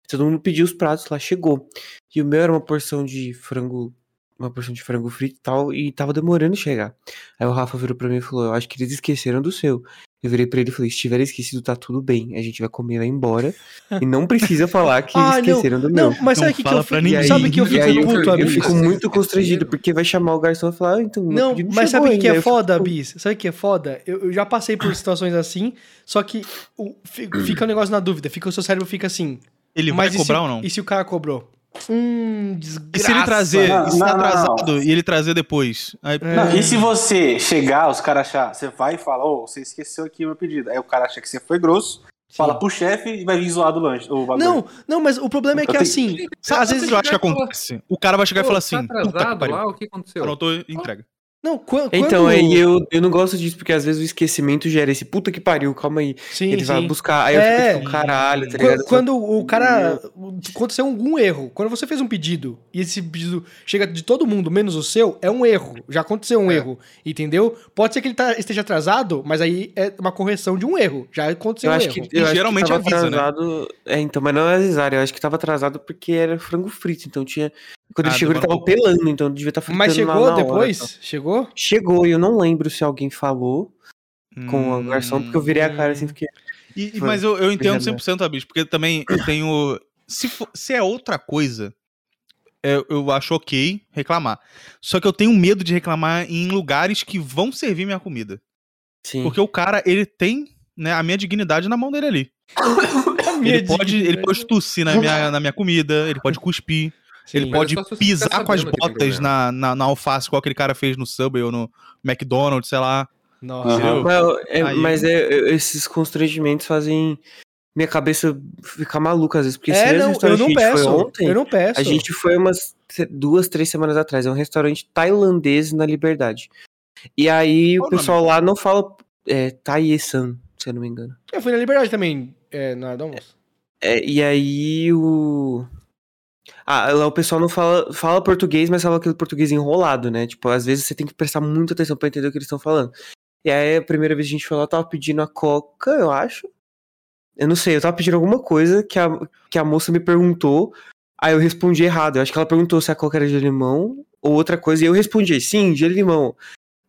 todo mundo pediu os pratos lá, chegou. E o meu era uma porção de frango. Uma porção de frango frito e tal, e tava demorando chegar. Aí o Rafa virou pra mim e falou: Eu acho que eles esqueceram do seu. Eu virei pra ele e falei: Se tiver esquecido, tá tudo bem. A gente vai comer e vai embora. E não precisa falar [LAUGHS] que Ah, não, esqueceram do meu. Não, mas Não sabe o que, que eu Então fala pra fico? ninguém. Sabe que eu E aí fico eu- puto, eu Eu amigo? fico Vocês muito constrangido, esqueceram? porque vai chamar o garçom e falar, ah, então. meu Não, pedido mas sabe chegou o que, que ainda." Aí é eu fico, foda, "Pô, Bis? Sabe o que é foda? Eu, eu já passei por situações assim, só que o- fi- fica um negócio na dúvida. Fica, o seu cérebro fica assim. Ele mas vai e se- cobrar ou não? E se o cara cobrou? Hum, desgraça. E se ele trazer, Não, e se tá não, não, não. atrasado, e ele trazer depois? Aí, Não, e se você chegar, os caras achar, você vai e fala, ô, você esqueceu aqui o meu pedido. Aí o cara acha que você foi grosso, Sim. fala pro chefe e vai vir zoar do lanche. O bagulho. Não, não, mas o problema é que Eu tenho- assim, sabe às o vezes... que eu acho que vai falar- acontece? O cara vai chegar e Pô, falar assim, Tá puta que atrasado pariu. lá, o que aconteceu? Anotou e entrega. Não, quan- quando... Então, aí eu, eu não gosto disso, porque às vezes o esquecimento gera esse puta que pariu, calma aí. Sim, ele vai sim. buscar, aí eu É. fico tipo, caralho, tá Qu- ligado? Quando o cara. Aconteceu algum erro. Quando você fez um pedido e esse pedido chega de todo mundo, menos o seu, é um erro. Já aconteceu É. um erro. Entendeu? Pode ser que ele tá- esteja atrasado, mas aí é uma correção de um erro. Já aconteceu Eu um acho erro. que, tá eu E acho que geralmente tava avisa, né? atrasado. É, então, mas não é avisar, eu acho que tava atrasado porque era frango frito, então tinha. Quando Ah, ele chegou, ele demora tava um pouco. pelando, então devia estar fritando Mas lá na chegou hora, depois? então. chegou? Chegou, e eu não lembro se alguém falou com o garçom, Hum. porque eu virei a cara assim, fiquei. E- e- Foi. mas né? eu, eu entendo [COUGHS] Obrigado. 100% a bicho, porque também eu tenho. Se, for- se é outra coisa, eu, eu acho ok reclamar. Só que eu tenho medo de reclamar em lugares que vão servir minha comida. Hum. Sim. Porque o cara, ele tem né, a minha dignidade na mão [COUGHS] dele ali. Ele pode, ele pode tossir na minha, na minha comida, ele pode cuspir, ele Mas pode é só se você pisar ficar com as sabendo que tem botas problema. na, na, na alface, igual aquele cara fez no Subway ou no McDonald's, sei lá. Nossa. Aham. Entendeu? Mas, é, Aí- mas é, é, esses constrangimentos fazem minha cabeça ficar maluca às vezes. Porque esse É, mesmo não, eu restaurante não que a gente peço. foi ontem, eu não peço. a gente foi umas se- duas, três semanas atrás. É um restaurante tailandês na Liberdade. E aí Qual o o nome? pessoal lá não fala é, Thai-san, se eu não me engano. Eu fui na Liberdade também, é, na hora do almoço. É, e aí o. Ah, lá o pessoal não fala, fala português, mas fala aquele português enrolado, né? Tipo, às vezes você tem que prestar muita atenção pra entender o que eles estão falando. E aí a primeira vez que a gente foi lá, eu tava pedindo a coca, eu acho. Eu não sei, eu tava pedindo alguma coisa que a, que a moça me perguntou. Aí eu respondi errado. Eu acho que ela perguntou se a coca era de limão ou outra coisa. E eu respondi, sim, de limão.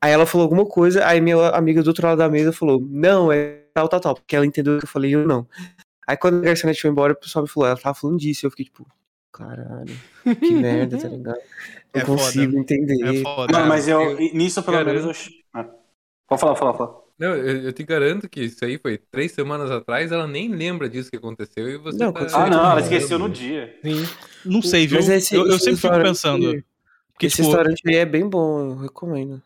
Aí ela falou alguma coisa, aí minha amiga do outro lado da mesa falou, não, é tal, tal, tal. Porque ela entendeu o que eu falei e eu não. Aí quando a garçonete foi embora, o pessoal me falou, ela tava falando disso. Eu fiquei tipo, caralho, [LAUGHS] que merda, tá ligado? É Não foda. consigo entender. É foda. Mano, mas eu, nisso pelo Cara, menos eu. ch- Ah. Pode falar, fala, fala. Não, eu, eu te garanto que isso aí foi três semanas atrás, ela nem lembra disso que aconteceu e você Não, tá... aconteceu Ah, não, ela lembrando. esqueceu no dia. Sim. Não sei, viu? Mas esse- eu, eu esse sempre fico restaurante- pensando. Porque, esse tipo, restaurante aí é bem bom, eu recomendo.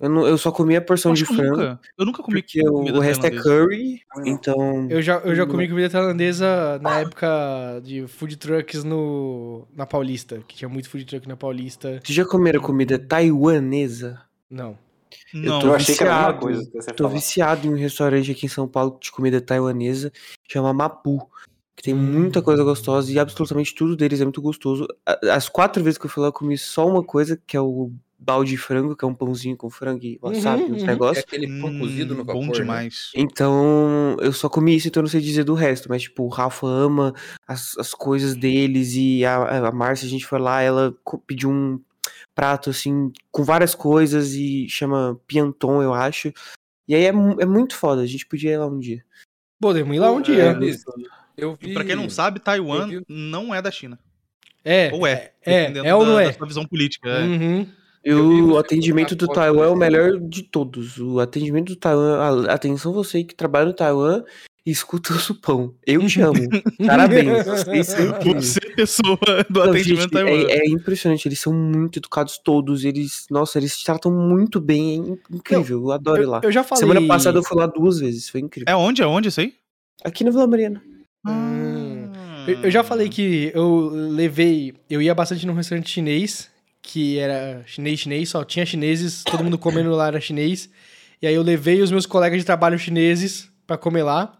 Eu, não- eu só comi a porção de acho que eu frango, nunca, eu nunca comi porque o, comida o resto é tailandesa. curry, então... Eu já, eu já comi comida tailandesa na época de food trucks no, na Paulista, que tinha muito food truck na Paulista. Vocês já comeram comida taiwanesa? Não. Não, tô eu achei que era a mesma viciado. coisa que você Tô falou. viciado em um restaurante aqui em São Paulo de comida taiwanesa, chama Mapu. Que Hum. tem muita coisa gostosa e absolutamente tudo deles é muito gostoso. A- As quatro vezes que eu fui lá, eu comi só uma coisa, que é o balde de frango, que é um pãozinho com frango e wasabi, Uhum, uns uhum. É negócios. aquele pão hum, cozido no vapor, bom né? demais. Então, eu só comi isso, então eu não sei dizer do resto, mas tipo, o Rafa ama as, as coisas deles e a, a Márcia, a gente foi lá, ela co- pediu um prato assim, com várias coisas e chama Pianton, eu acho. E aí é, mu- é muito foda, a gente podia ir lá um dia. Podemos ir lá um É, dia. Liz, eu E vi... pra quem não sabe, Taiwan eu vi- não é da China. É. Ou é. É, dependendo é ou da- não Da é? sua visão política. é. Uhum. E Eu vi o você atendimento colocar do foto Taiwan é o desse- melhor de todos. O atendimento do Taiwan, a- atenção você que trabalha no Taiwan e escuta o supão. Eu te amo. Parabéns. [LAUGHS] é Vocês são incríveis. [LAUGHS] Você, é pessoa do Não, atendimento Então, gente, tá taiwanês. é, é impressionante, eles são muito educados todos, eles, nossa, eles se tratam muito bem, é in- incrível, eu adoro ir Eu, lá. eu já falei. Semana passada eu fui lá duas vezes, foi incrível. É onde? É onde isso aí? Aqui na Vila Mariana. Hum. Eu, eu já falei que eu levei. Eu ia bastante num restaurante chinês, que era chinês, chinês, só tinha chineses, todo mundo comendo lá era chinês. E aí eu levei os meus colegas de trabalho chineses pra comer lá.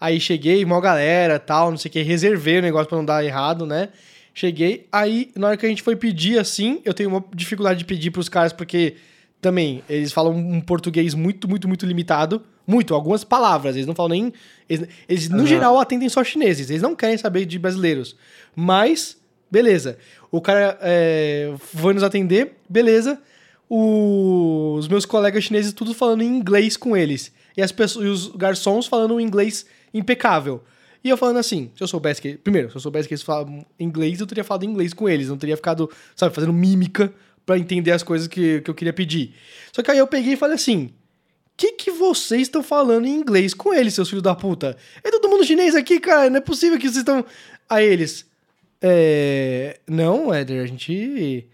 Aí cheguei, mó galera, tal, não sei o que, reservei o negócio pra não dar errado, né? Cheguei, aí na hora que a gente foi pedir assim, eu tenho uma dificuldade de pedir pros caras porque também eles falam um português muito, muito, muito limitado. Muito, algumas palavras, eles não falam nem. Eles, eles, no Aham. geral, atendem só chineses, eles não querem saber de brasileiros. Mas, beleza. O cara é, foi nos atender, beleza. O- os meus colegas chineses tudo falando em inglês com eles. E, as pessoas, e os garçons falando um inglês impecável. E eu falando assim, se eu soubesse que. Primeiro, se eu soubesse que eles falam inglês, eu teria falado inglês com eles. Não teria ficado, sabe, fazendo mímica pra entender as coisas que, que eu queria pedir. Só que aí eu peguei e falei assim: que que vocês estão falando em inglês com eles, seus filhos da puta? É todo mundo chinês aqui, cara. Não é possível que vocês estão. Aí eles. É. Não, Éder, a gente.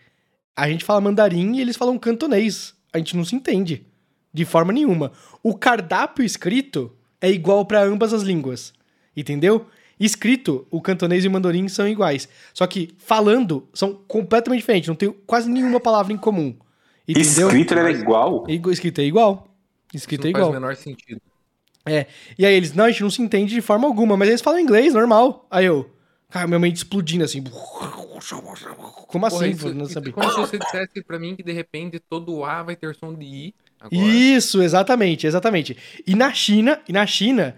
A gente fala mandarim e eles falam cantonês. A gente não se entende. De forma nenhuma. O cardápio escrito é igual pra ambas as línguas. Entendeu? Escrito, o cantonês e o mandarim são iguais. Só que falando são completamente diferentes. Não tem quase nenhuma palavra em comum. Entendeu? Escrito né? ele era igual? Igu- Escrito é igual. Isso Escrito não é faz o igual. menor sentido. E aí eles, não, a gente não se entende de forma alguma, mas eles falam inglês, normal. Aí eu, cara, minha mente explodindo assim. Como assim? Porra, isso, não isso é sabia. como se você dissesse pra mim que de repente todo o A vai ter som de I agora. Isso, exatamente, exatamente. E na China, e na China,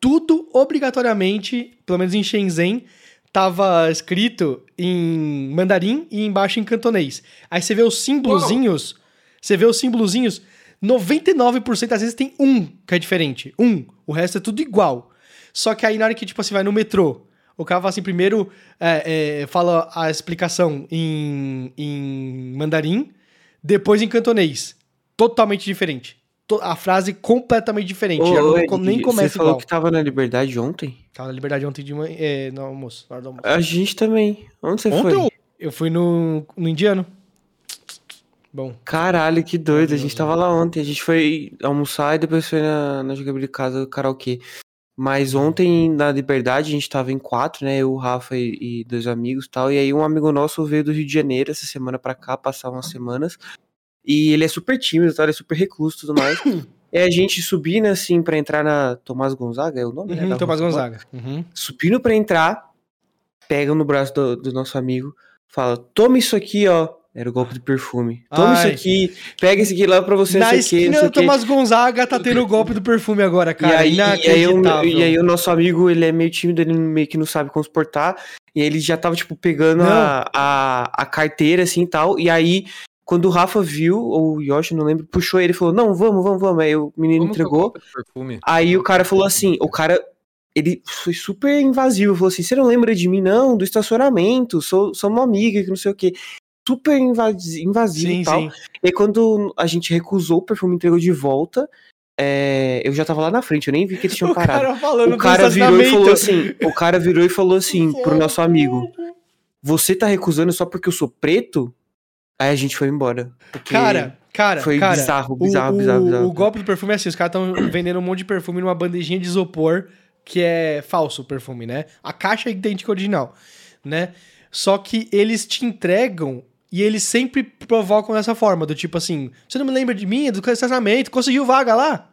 tudo obrigatoriamente, pelo menos em Shenzhen, tava escrito em mandarim e embaixo em cantonês. Aí você vê os símbolozinhos, você vê os símbolozinhos, 99% das vezes tem um que é diferente, um, o resto é tudo igual. Só que aí na hora que tipo assim vai no metrô, O cara fala assim, primeiro é, é, fala a explicação em, em mandarim, depois em cantonês. Totalmente diferente. To- A frase completamente diferente. Já não- Ô, nem Ed, começa Você falou igual. que tava na liberdade ontem? Tava na liberdade ontem de manhã, é, no almoço, na hora do almoço. A gente também. Onde você Ontem foi? eu... Eu fui no, no indiano. Bom, Caralho, que doido. A gente Maravilhoso. tava lá ontem. A gente foi almoçar e depois foi na, na jogabilidade casa karaokê. Mas ontem, na Liberdade, a gente tava em quatro, né? Eu, o Rafa e, e dois amigos e tal. E aí um amigo nosso veio do Rio de Janeiro essa semana pra cá, passar umas semanas. E ele é super tímido, tá? Ele é super recluso e tudo [COUGHS] mais. e a gente subindo, assim, pra entrar na Tomás Gonzaga, é o nome, né? uhum, da Tomás rua? Gonzaga. Uhum. subindo pra entrar, pega no braço do, do nosso amigo, fala: Toma isso aqui, ó. Era o golpe do perfume. Toma Ai. isso aqui, pega esse aqui lá pra você, Na não sei o quê, não esquina sei do o quê. Tomás Gonzaga tá tendo o golpe do perfume agora, cara. e, aí, e, aí, o- Inacreditável. e aí o nosso amigo, ele é meio tímido, ele meio que não sabe como se portar. E ele já tava, tipo, pegando a, a, a carteira, assim, e tal. E aí, quando o Rafa viu, ou o Yoshi, não lembro, puxou ele e falou, não, vamos, vamos, vamos. Aí o menino Como que eu entregou. compro esse perfume? Aí o cara falou assim, o cara, ele foi super invasivo, falou assim, você não lembra de mim não, do estacionamento, sou, sou uma amiga, que não sei o quê. Super invasi- invasivo Sim, e tal. sim. E quando a gente recusou, o perfume entregou de volta, é, eu já tava lá na frente, eu nem vi [LAUGHS] que eles tinham O um parado. cara falando O cara do virou e falou estacionamento. assim, o cara virou e falou assim pro nosso amigo, você tá recusando só porque eu sou preto? Aí a gente foi embora. porque Cara, cara, foi cara. bizarro, o- bizarro, o, bizarro, o bizarro. golpe do perfume é assim, os caras estão [COUGHS] vendendo um monte de perfume numa bandejinha de isopor, que é falso o perfume, né? A caixa é idêntica ao original, né? Só que eles te entregam e eles sempre provocam dessa forma, do tipo assim, você não me lembra de mim, é do estacionamento, conseguiu vaga lá?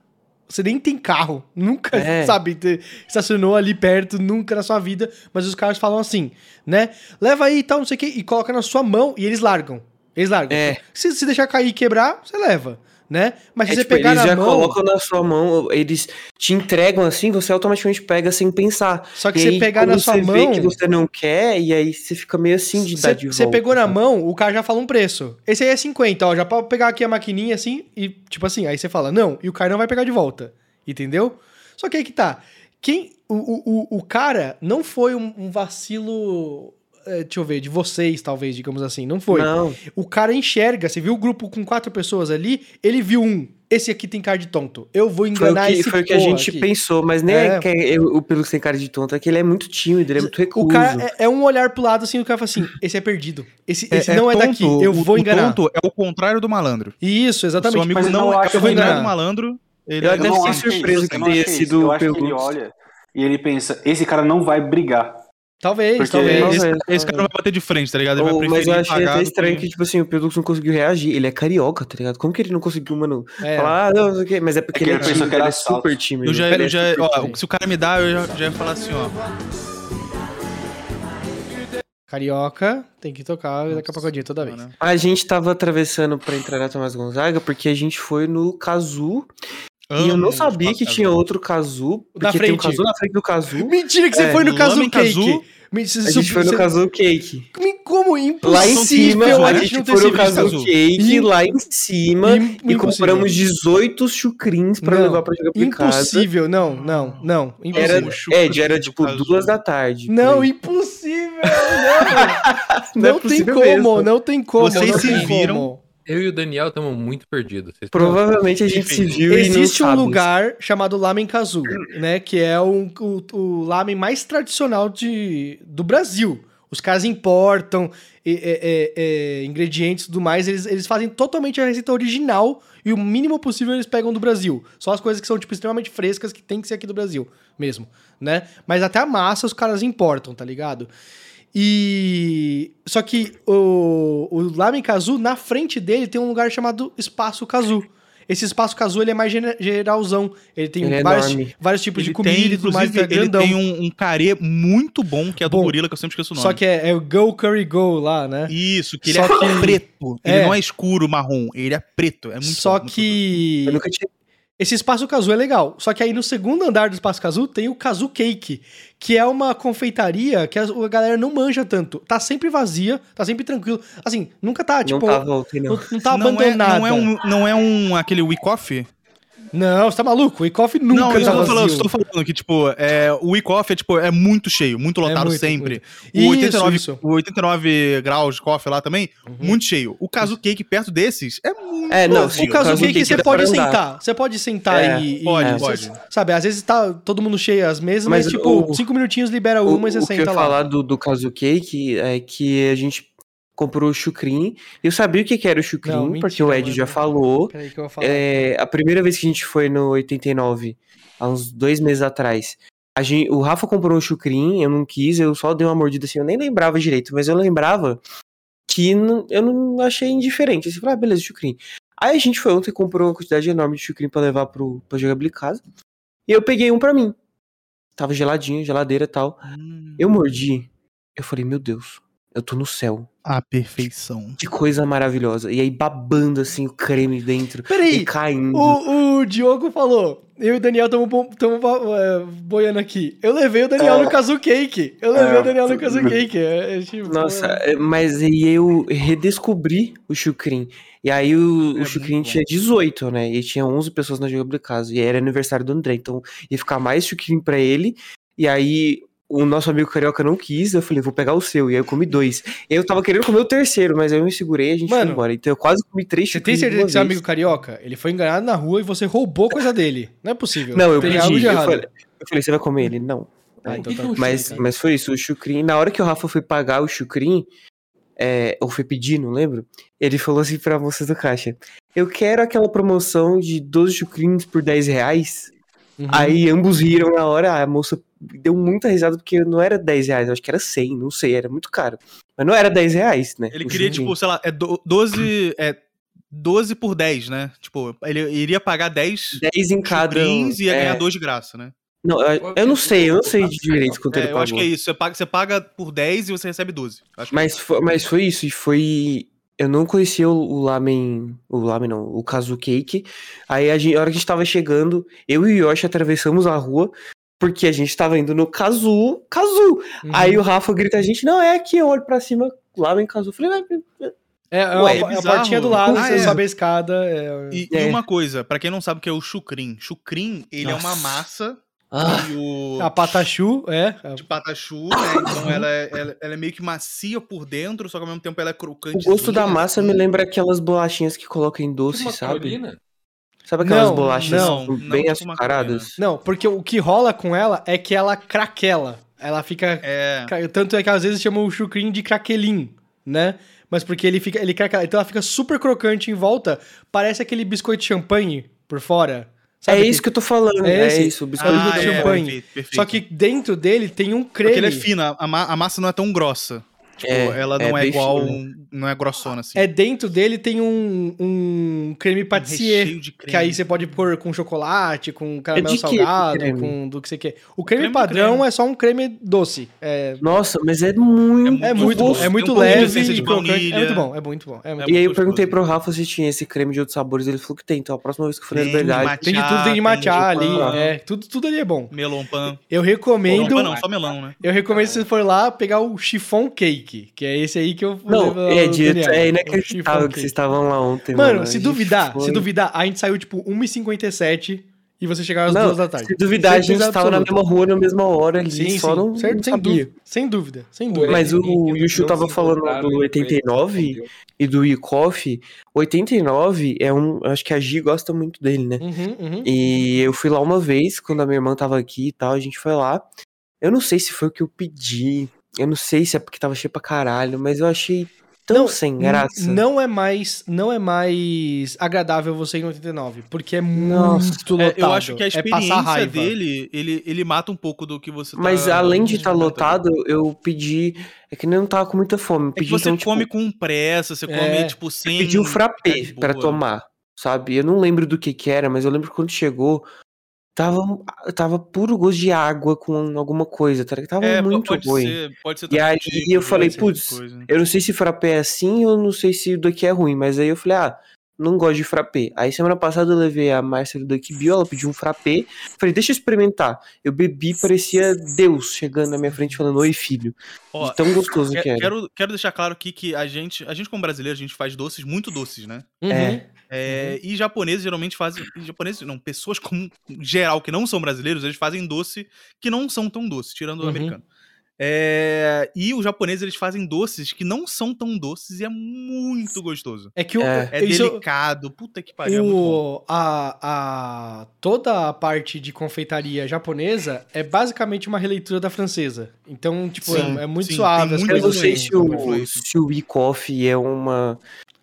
Você nem tem carro, [LAUGHS] nunca, É. sabe, te- estacionou ali perto, nunca na sua vida, mas os caras falam assim, né? Leva aí e tal, não sei o quê, e coloca na sua mão e eles largam. Eles largam. É. Se, se deixar cair e quebrar, você leva, né? Mas se É, você tipo, pegar eles na já mão, colocam na sua mão, eles te entregam assim, você automaticamente pega sem pensar. só que E você aí, pegar na quando sua você vê mão, que você não quer, e aí você fica meio assim de dar de né? você você volta, pegou na sabe? mão, o cara já fala um preço. Esse aí é 50, ó, já pode pegar aqui a maquininha assim e tipo assim, aí você fala não, e o cara não vai pegar de volta, entendeu? Só que aí que tá, quem, o, o, o, o cara não foi um, um vacilo, eh, deixa eu ver, de vocês talvez, digamos assim, não foi. Não, O cara enxerga, você viu o grupo com quatro pessoas ali, ele viu um. Esse aqui tem cara de tonto. Eu vou foi o enganar que, esse foi o que a porra gente aqui. pensou, mas nem É. é que é- o pelo que tem cara de tonto, é que ele é muito tímido, ele é muito recluso. O cara é, é um olhar pro lado assim, o cara fala assim: esse é perdido. Esse, esse não é, tonto, daqui, eu o- vou o enganar. tonto é o contrário do malandro. E Isso, Seu exatamente. amigo mas eu não não é acho o contrário enganar. do malandro. Ele Eu é até Eu do não fiquei malandro. achei surpreso isso, que eu não tenha achei isso. sido Eu acho que ele pelo- olha e ele pensa, esse cara não vai brigar. Talvez, Porque- talvez. Nossa, Esse, é, esse cara não vai bater de frente, tá ligado? Ele Ou- vai mas eu preferir achei pagar do até estranho que- que, tipo assim, o Pelux não conseguiu reagir. Ele é carioca, tá ligado? Como que ele não conseguiu, mano? É. Falar, ah, não, não sei o quê. Mas é que porque ele, ele é pensou tímido, que era ele é assalto. super tímido. Eu já, Ele eu é já, super ó, tímido. se o cara me dá, eu já, já ia falar assim, ó. Carioca, tem que tocar daqui a pouco eu digo toda vez. mano. A gente tava atravessando pra entrar na Tomás Gonzaga porque a gente foi no Cazu e eu Amo não os sabia quatro que tinha outro Cazu, Na porque tem um frente. Cazu na frente do Cazu. Mentira que você É, foi no Casu Lame Cake. Casu. Me- se- A se- gente foi se- no Cazu Cake. me- Como impossível Lá em cima, a a né? gente não gente ter foi se no visto. Cazu Cake, lá em cima, Im- e impossível. compramos 18 chucrins pra Não, levar pra jogar pra casa. Impossível, não, não, não. Impossível. Era, Impossível. é, já era tipo Cazu. duas da tarde. Não, e impossível! [LAUGHS] é Não, não, tem como, não tem como. Vocês não se tem viram? como. Eu e o Daniel estamos muito perdidos. Vocês Provavelmente a gente se viu e não Existe um sabe. lugar chamado Lamen Kazu, né? Que é um- o, o lamen mais tradicional de, do Brasil. Os caras importam e- e- e- e ingredientes e tudo mais. Eles, eles fazem totalmente a receita original e o mínimo possível eles pegam do Brasil. Só as coisas que são, tipo, extremamente frescas que tem que ser aqui do Brasil mesmo, né? Mas até a massa os caras importam, tá ligado? E. Só que o, o Lamen Kazu, na frente dele, tem um lugar chamado Espaço Kazu. Esse espaço Kazu, ele é mais gene- geralzão. Ele tem Ele é vários, enorme. vários tipos tipo de Ele comida e tem, tudo mais, inclusive, que é ele grandão. tem um, um carê muito bom, que é do Bom, gorila, que eu sempre esqueço o nome. Só que é, é o Go Curry Go lá, né? Isso, que ele Só é que- preto. É. Ele não é escuro, marrom. Ele é preto. É muito Só bom, muito que. Eu nunca tinha Esse espaço Kazu é legal. Só que aí no segundo andar do espaço Kazu tem o Kazu Cake, que é uma confeitaria que a a galera não manja tanto. Tá sempre vazia, tá sempre tranquilo. Assim, nunca tá, tipo. não tava ontem, não. não, não tá Não é- abandonada. Não é, um, não é um aquele week off? Não, você tá maluco? O Icoff nunca não, eu tá estou vazio. falando, estou falando que, tipo, é, o week off é, tipo, é muito cheio, muito lotado muito, sempre. muito. O, 89, Isso, isso. o 89 graus de coffee lá também, muito cheio. O caso cake perto desses é muito. Uhum. É, não, vazio. sim, O caso caso que, é que que você dá pode pra andar. sentar. Você pode sentar É, e. e- pode, e- pode. Sabe, às vezes tá todo mundo cheio as mesas, mas, Mas tipo, o- cinco minutinhos libera uma e você o que senta eu ia lá. falar do, do caso cake é que a gente comprou o chucrim. Eu sabia o que que era o chucrim, Não, porque mentira, o Ed mano. já falou. Peraí que eu vou falar. É, a primeira vez que a gente foi no 89, há uns dois meses atrás, a gente, o Rafa comprou um chucrim, eu não quis, eu só dei uma mordida assim, eu nem lembrava direito, mas eu lembrava que não- eu não achei indiferente. Assim, eu falei, ah, beleza, chucrim. Aí a gente foi ontem e comprou uma quantidade enorme de chucrim pra levar pro, pra jogabilidade em casa. E eu peguei um pra mim. Tava geladinho, geladeira e tal. Hum, Eu mordi. Eu falei, meu Deus, eu tô no céu. A perfeição. Que coisa maravilhosa. E aí babando assim o creme dentro e Peraí, caindo. o, o Diogo falou. Eu e o Daniel estamos é, boiando aqui. Eu levei o Daniel É. no caso cake. Eu levei É. o Daniel no [LAUGHS] caso cake. É, é tipo- Nossa, é, mas aí eu redescobri o Chucrim. E aí o, É o Chucrim muito bom. tinha 18, né? E tinha 11 pessoas na jogabilidade casa. E era aniversário do André. Então ia ficar mais Chucrim pra ele. E aí o nosso amigo carioca não quis. Eu falei, vou pegar o seu. E aí eu comi dois. E eu tava querendo comer o terceiro, mas aí eu me segurei e a gente Mano, foi embora. Então eu quase comi três Você Chucrim. tem certeza que seu de uma amigo carioca? Ele foi enganado na rua e você roubou coisa dele. Não é possível. vez. Não, eu tem pedi. algo de eu, errado. falei, eu falei, você vai comer ele? Não. Ah, então tá. Mas, mas foi isso, o Chucrim. Na hora que o Rafa foi pagar o Chucrim, é, ou foi pedir, não lembro, ele falou assim pra moça do caixa: Eu quero aquela promoção de 12 Chucrins por 10 reais. Uhum. Aí ambos riram na hora, a moça deu muita risada porque não era 10 reais, eu acho que era 100, não sei, era muito caro. Mas não era 10 reais, né? Ele o queria, chucrim. tipo, sei lá, é do- 12. É 12 por 10, né? Tipo, ele iria pagar 10 10 em cada. brins e ia é, ganhar 2 de graça, né? não, eu, eu não sei, eu não sei de direito quanto É, ele eu pagou. acho que é isso. Você paga, você paga por 10 e você recebe 12. Acho que- Mas foi, mas foi isso, e foi. Eu não conhecia o, o Lamen. O Lamen não, o Kazu Cake. Aí a, gente, a hora que a gente tava chegando, eu e o Yoshi atravessamos a rua, porque a gente tava indo no Kazu. Kazu! Uhum. Aí o Rafa grita a gente, não, é aqui, eu olho pra cima, Lamen Kazu. Eu Falei, "Ah, É, é Ué, uma- é a portinha bizarro. do lado, Ah, você é. sobe a escada. é- E, É. e uma coisa, pra quem não sabe o que é o chucrim. Chucrim, ele é uma Nossa. massa ah, e o A patachu, é. Tipo, de patachu, né? Então ela é, ela- ela é meio que macia por dentro, só que ao mesmo tempo ela é crocante. o gosto da massa me lembra aquelas bolachinhas que colocam em doce, Uma sabe? Carolina? Sabe aquelas Não, bolachas não, não bem tipo açucaradas? Não, porque o que rola com ela é que ela craquela. Ela fica. É. cra- Tanto é que às vezes chama o chucrim de craquelim, né? Mas porque ele fica. Ele craquela. Então ela fica super crocante em volta. Parece aquele biscoito de champanhe por fora. Sabe É isso que eu tô falando, É é, esse? isso, o biscoito Ah, de é. champanhe. perfeito, perfeito. Só que dentro dele tem um creme. Porque ele é fino, a, ma- a massa não é tão grossa. Tipo, É, ela não é, bem igual. fino. um- Não é grossona, assim. É dentro dele tem um, um creme Um patissier. recheio de creme. Que aí você pode pôr com chocolate, com É caramelo de que salgado, creme? com do que você quer. O creme, Creme do padrão creme. é só um creme doce. É, Nossa, mas é muito. é muito, gosto- bom, é muito tem um pouco de leve essência de e crocante. É baunilha. muito bom, é muito bom. É muito É bom. E aí eu gostoso. perguntei pro Rafa se tinha esse creme de outros sabores, ele falou que tem. Então a próxima vez que eu for na Tem liberdade. matcha, Tem de tudo, tem de matcha tem de ali, melão, é, tudo, tudo ali é bom. Melon pan. Eu Melon recomendo, pan não, só melão, né? eu recomendo se você for lá pegar o chiffon cake, que é esse aí que eu Não, é, de- Daniel, é o chiffon inacreditável que cake. vocês estavam lá ontem. Mano, a se gente duvidar, se foi- duvidar, a gente saiu tipo 1h57 e você chegava às Não, duas da tarde. Se duvidar, a gente Certeza tava na absoluta. mesma rua, na mesma hora, ali, Sim, só sim, não. certo, não sem sabia. dúved- sem dúvida, sem dúvida. Mas o- Henrique, o Yushu não tava se falando encontraram do e depois 89. respondeu. E do Ikoff, 89 é um. Acho que a Gi gosta muito dele, né? Uhum, uhum. E eu fui lá uma vez, quando a minha irmã tava aqui e tal, a gente foi lá. Eu não sei se foi o que eu pedi, eu não sei se é porque tava cheio pra caralho, mas eu achei tão Não, sem graça. Não é mais, não é mais agradável você ir em 89, porque é Nossa. muito É, lotado. eu acho que a é passar experiência raiva. dele, ele, ele mata um pouco do que você tá Mas além de estar experimentando. lotado, eu pedi. É que nem eu não tava com muita fome. Eu É que pedi, você então, come tipo, com pressa, você come, É, tipo, eu sem... pedi um frappé de pra boa. tomar, sabe? Eu não lembro do que que era, mas eu lembro que quando chegou, tava, tava puro gosto de água com alguma coisa, tá? ligado? Tava É, po- muito pode ruim. Ser, pode ser E aí também tipo eu falei, pode ser outra putz, coisa. Eu não sei se frappé é assim, eu não sei se o daqui é ruim, mas aí eu falei, ah, não gosto de frappé. Aí semana passada eu levei a Márcia do Duck Bill, ela pediu um frappé. Falei, deixa eu experimentar. Eu bebi, parecia Deus chegando na minha frente falando, oi filho. Ó, é, de tão gostoso que- que era. quero, quero deixar claro aqui que a gente, a gente como brasileiro, a gente faz doces muito doces, né? Uhum. É. É, E japoneses geralmente fazem. Japoneses, não, pessoas como geral que não são brasileiros, eles fazem doce que não são tão doces, tirando o Uhum. americano. É, e os japoneses eles fazem doces que não são tão doces e é muito gostoso. É que o, É. É isso- delicado, puta que pariu. é muito bom. o, a, a, toda a parte de confeitaria japonesa é basicamente uma releitura da francesa. Então, tipo, Sim, é, é muito sim, suave. tem as muita Eu não coisas- sei influência, se muita o, influência. se o e-coffee é uma.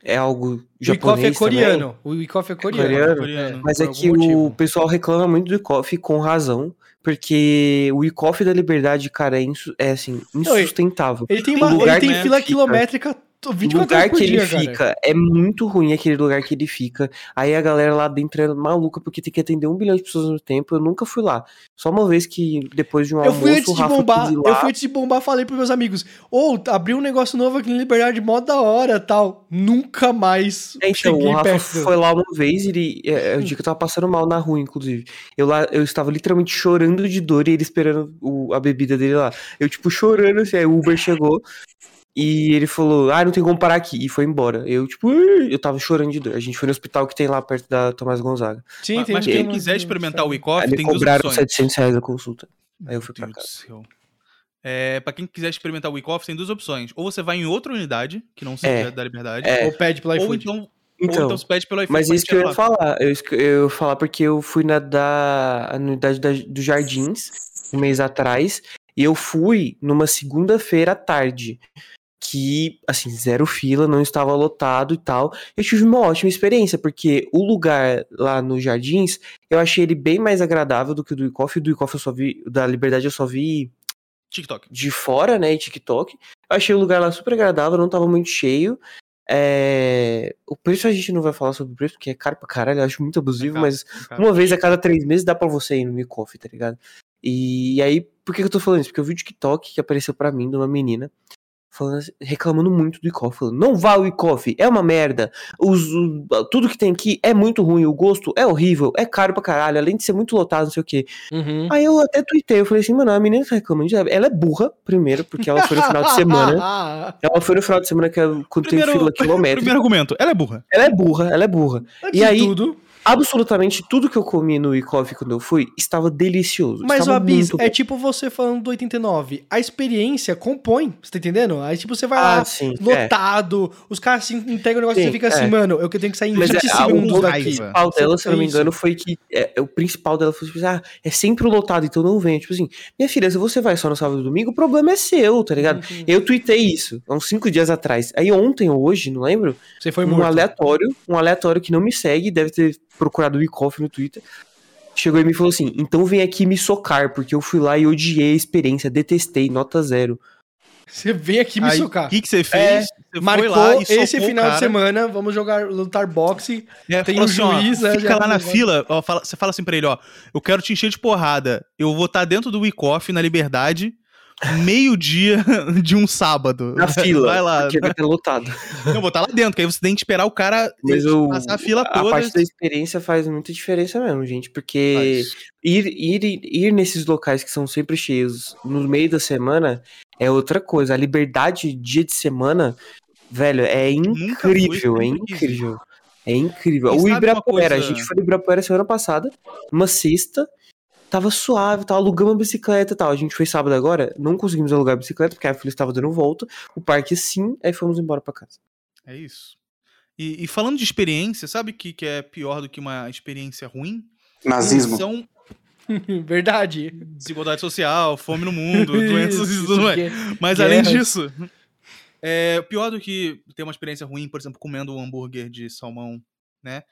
É algo O Ikoff é japonês. também. coreano. O Ikoff é coreano. coreano? Coreano. Mas por é algum que motivo. o pessoal reclama muito do ICOF com razão, porque o ICOF da liberdade, cara, é, insu- é assim, e- insustentável. Ele tem, O uma, ele lugar tem que fila fica- quilométrica to- O 24 lugar horas por que ele dia, cara. fica é muito ruim aquele lugar que ele fica. Aí a galera lá dentro é maluca porque tem que atender um bilhão de pessoas no tempo. Eu nunca fui lá. Só uma vez que depois de um Eu almoço fui antes o de Rafa bombar, quis ir eu lá. fui antes de bombar, falei pros meus amigos, ou abri um negócio novo aqui na Liberdade, mó da hora, tal. Nunca mais É, então, cheguei o Rafa perto. foi lá uma vez e ele, é, é, o dia que eu tava passando mal na rua, inclusive. Eu lá, eu estava literalmente chorando de dor e ele esperando o- a bebida dele lá. Eu, tipo, chorando, assim, aí o Uber chegou e ele falou, ah, não tem como parar aqui, e foi embora. Eu, tipo, "Ui", eu tava chorando de dor. A gente foi no hospital que tem lá perto da Tomás Gonzaga. Sim, Ma- tem- um Mas tem um quem uma- quiser experimentar o Aí e-coffee, Ah, me tem duas cobraram opções. 700 reais a consulta. Aí eu fui pra Meu Deus casa. do céu. É, pra quem quiser experimentar o Week Off, tem duas opções. Ou você vai em outra unidade, que não seja É. da Liberdade, É, Ou pede pelo ou, iFood. então, ou Então, então você pede pelo iPhone. mas isso que eu ia falar. Eu, esque- eu ia falar porque eu fui na da na unidade da, dos Jardins um mês atrás. E eu fui numa segunda-feira à tarde. Que, assim, zero fila, não estava lotado e tal. Eu tive uma ótima experiência, porque o lugar lá nos Jardins, eu achei ele bem mais agradável do que o do Icoff. O do Icoff eu só vi. o Da Liberdade eu só vi TikTok. de fora, né, e TikTok. Eu achei o lugar lá super agradável, não tava muito cheio. É, O preço a gente não vai falar sobre o preço, porque é caro pra caralho, eu acho muito abusivo, É caro, mas caro. uma vez a cada três meses dá pra você ir no Micoff, tá ligado? E, aí, por que que eu tô falando isso? Porque eu vi o TikTok que apareceu pra mim de uma menina falando assim- reclamando muito do Icoff, falando, não vá ao Icoff, é uma merda, Os- o- tudo que tem aqui é muito ruim, o gosto é horrível, é caro pra caralho, além de ser muito lotado, não sei o quê. Uhum. Aí eu até tuitei, eu falei assim, mano, a menina tá reclamando de Ela é burra, primeiro, porque ela foi no [LAUGHS] final de semana. [LAUGHS] Ela foi no final de semana que ela- quando tem [LAUGHS] Primeiro, fila quilométrica. primeiro argumento, ela é burra. Ela é burra, ela é burra. Antes E de aí- tudo, Absolutamente tudo que eu comi no Icoff quando eu fui estava delicioso. mas o estava Abis, muito é bom. tipo você falando do 89. A experiência compõe, você tá entendendo? Aí tipo você vai Ah, lá, sim. é. lotado, os caras se entregam o negócio e Sim, você fica é. assim, mano, eu que tenho que sair em Mas 20 é, a- o segundos ponto daqui. raiva. principal dela, se eu não me Isso. engano, foi que é, o principal dela foi tipo, ah, é sempre lotado, então não venha. Tipo assim, minha filha, se você vai só no sábado e domingo, o problema é seu, tá ligado? Uhum. Eu tuitei isso, há uns cinco dias atrás. Aí ontem ou hoje, não lembro, Você foi um morto. aleatório, um aleatório que não me segue, deve ter procurado o Icoff no Twitter. Chegou e me falou assim: então vem aqui me socar, porque eu fui lá e odiei a experiência, detestei, nota zero. [LAUGHS] Você veio aqui me Aí, socar. O que, que você É, fez? você Marcou esse socou o final de cara. semana, vamos jogar lutar boxe. [LAUGHS] É, tem falou um assim, ó, juiz, né, Fica já lá na negócio. fila, ó, fala- você fala assim pra ele, ó, eu quero te encher de porrada, eu vou estar dentro do Week Off na Liberdade, meio-dia [LAUGHS] de um sábado. Na fila. Vai lá. Porque vai estar lotado. Não, vou estar lá dentro, que aí você tem que esperar o cara Mas eu, passar a fila toda. parte da experiência faz muita diferença mesmo, gente, porque ir, ir, ir nesses locais que são sempre cheios no meio da semana é outra coisa. A liberdade dia de semana, velho, foi, é incrível, é sempre quis. incrível. É incrível. E o sabe uma Ibirapuera, a coisa- gente foi no Ibirapuera semana passada, uma sexta, tava suave, tava alugando uma bicicleta e tal. A gente foi sábado agora, não conseguimos alugar a bicicleta, porque a filha estava dando volta, o parque sim, aí fomos embora pra casa. É isso. E, e falando de experiência, sabe o que, que é pior do que uma experiência ruim? Nazismo. São Verdade. desigualdade social, fome no [LAUGHS] mundo, Isso, doenças e tudo isso mais. aqui é- Mas além guerras. disso, é pior do que ter uma experiência ruim, por exemplo, comendo um hambúrguer de salmão, né?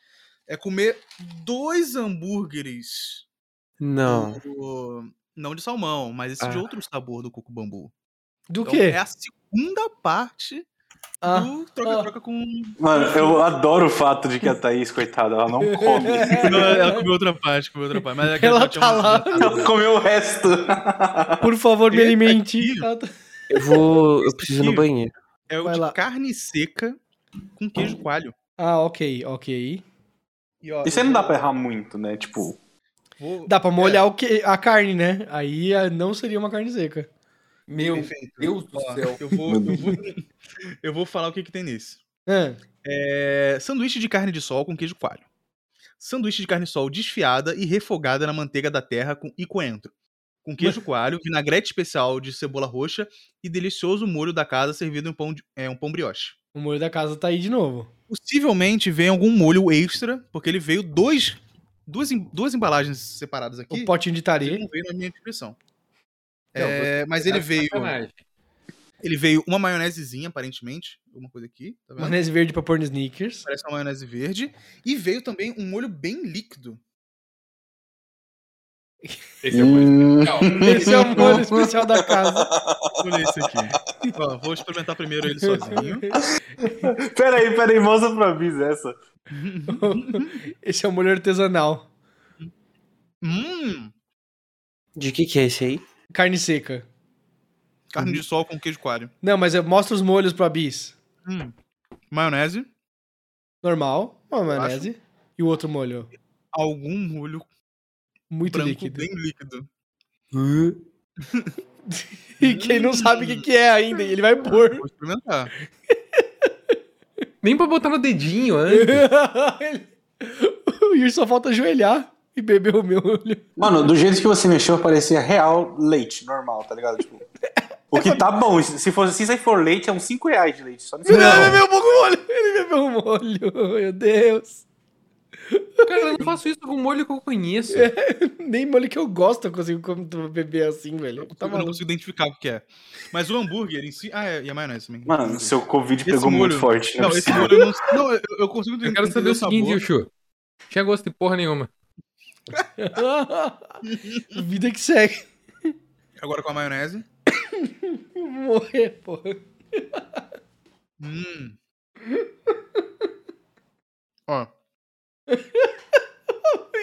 É comer dois hambúrgueres. Não. do- não de salmão, mas esse de Ah. outro sabor do cuco bambu. Do Então, quê? É a segunda parte [LAUGHS] Ah. do troca-troca com. um Mano, eu adoro o fato de que a Thaís, coitada, ela não come. Não, É, ela comeu outra parte, comeu outra parte. Mas é que Ela já tinha tá uma- lá. Ela comeu o resto. Por favor, me Esse alimente. aqui- Ah, tá. Eu vou. Eu preciso ir no Sim. banheiro. É o Vai de lá. carne seca com queijo coalho. Ah, ok, ok. E, ó, Isso aí não dá pra errar muito, né? Tipo, Vou... Dá pra É. molhar o que... a carne, né? Aí ah, não seria uma carne seca. Meu Perfeito. Deus do Ó, céu. Eu vou, eu vou, eu vou falar o que, que tem nesse. Ah, É, sanduíche de carne de sol com queijo coalho. Sanduíche de carne de sol desfiada e refogada na manteiga da terra com, e coentro. Com queijo coalho, vinagrete especial de cebola roxa e delicioso molho da casa servido em pão de- é, um pão brioche. O molho da casa tá aí de novo. Possivelmente vem algum molho extra, porque ele veio dois, duas, em- duas embalagens separadas aqui. O potinho de Ele tarê. não veio na minha descrição. Não, É, mas ele Tá de veio, sacanagem. ele veio uma maionesezinha, aparentemente. Alguma coisa aqui, tá vendo? Maionese verde pra pôr no sneakers. Parece uma maionese verde. E veio também um molho bem líquido. Esse é o molho Hum, especial. Esse é o [LAUGHS] molho especial da casa. Olha esse aqui. [LAUGHS] Ó, vou experimentar primeiro ele sozinho. peraí, peraí, mostra pra mim essa. Esse é o molho artesanal. Hum, De que que é esse aí? Carne seca. carne de sol com queijo coalho. Não, mas eu- mostra os molhos pra Bis. Hum, maionese, Normal, uma maionese. E o outro molho. algum molho Muito branco líquido. bem líquido. E quem não sabe o que, que é ainda, ele vai pôr. [LAUGHS] Vou experimentar. Nem pra botar no dedinho [LAUGHS] antes. o Yuri só falta ajoelhar e beber o meu olho. Mano, do jeito que você mexeu, parecia real leite normal, tá ligado? Tipo, o que tá bom, se, for, se isso aí for leite, é uns 5 reais de leite. Só nisso. Ele bebeu um pouco o molho. [LAUGHS] Ele bebeu um molho. Meu Deus. Cara, eu não faço isso com molho que eu conheço. É. Nem molho que eu gosto eu consigo com- beber assim, velho. Tá eu não maluco. [LAUGHS] consigo identificar o que é. Mas o hambúrguer em si. Ah, é, e a maionese também. Mano, seu Covid Esse pegou molho- muito forte. Não, é esse possível. molho eu não. Não, eu, eu consigo Eu quero saber entender o seguinte, Chu. Tinha gosto de porra nenhuma. Vida que segue. [LAUGHS] Agora com a maionese. Vou Morrer, porra. Hum. Ó,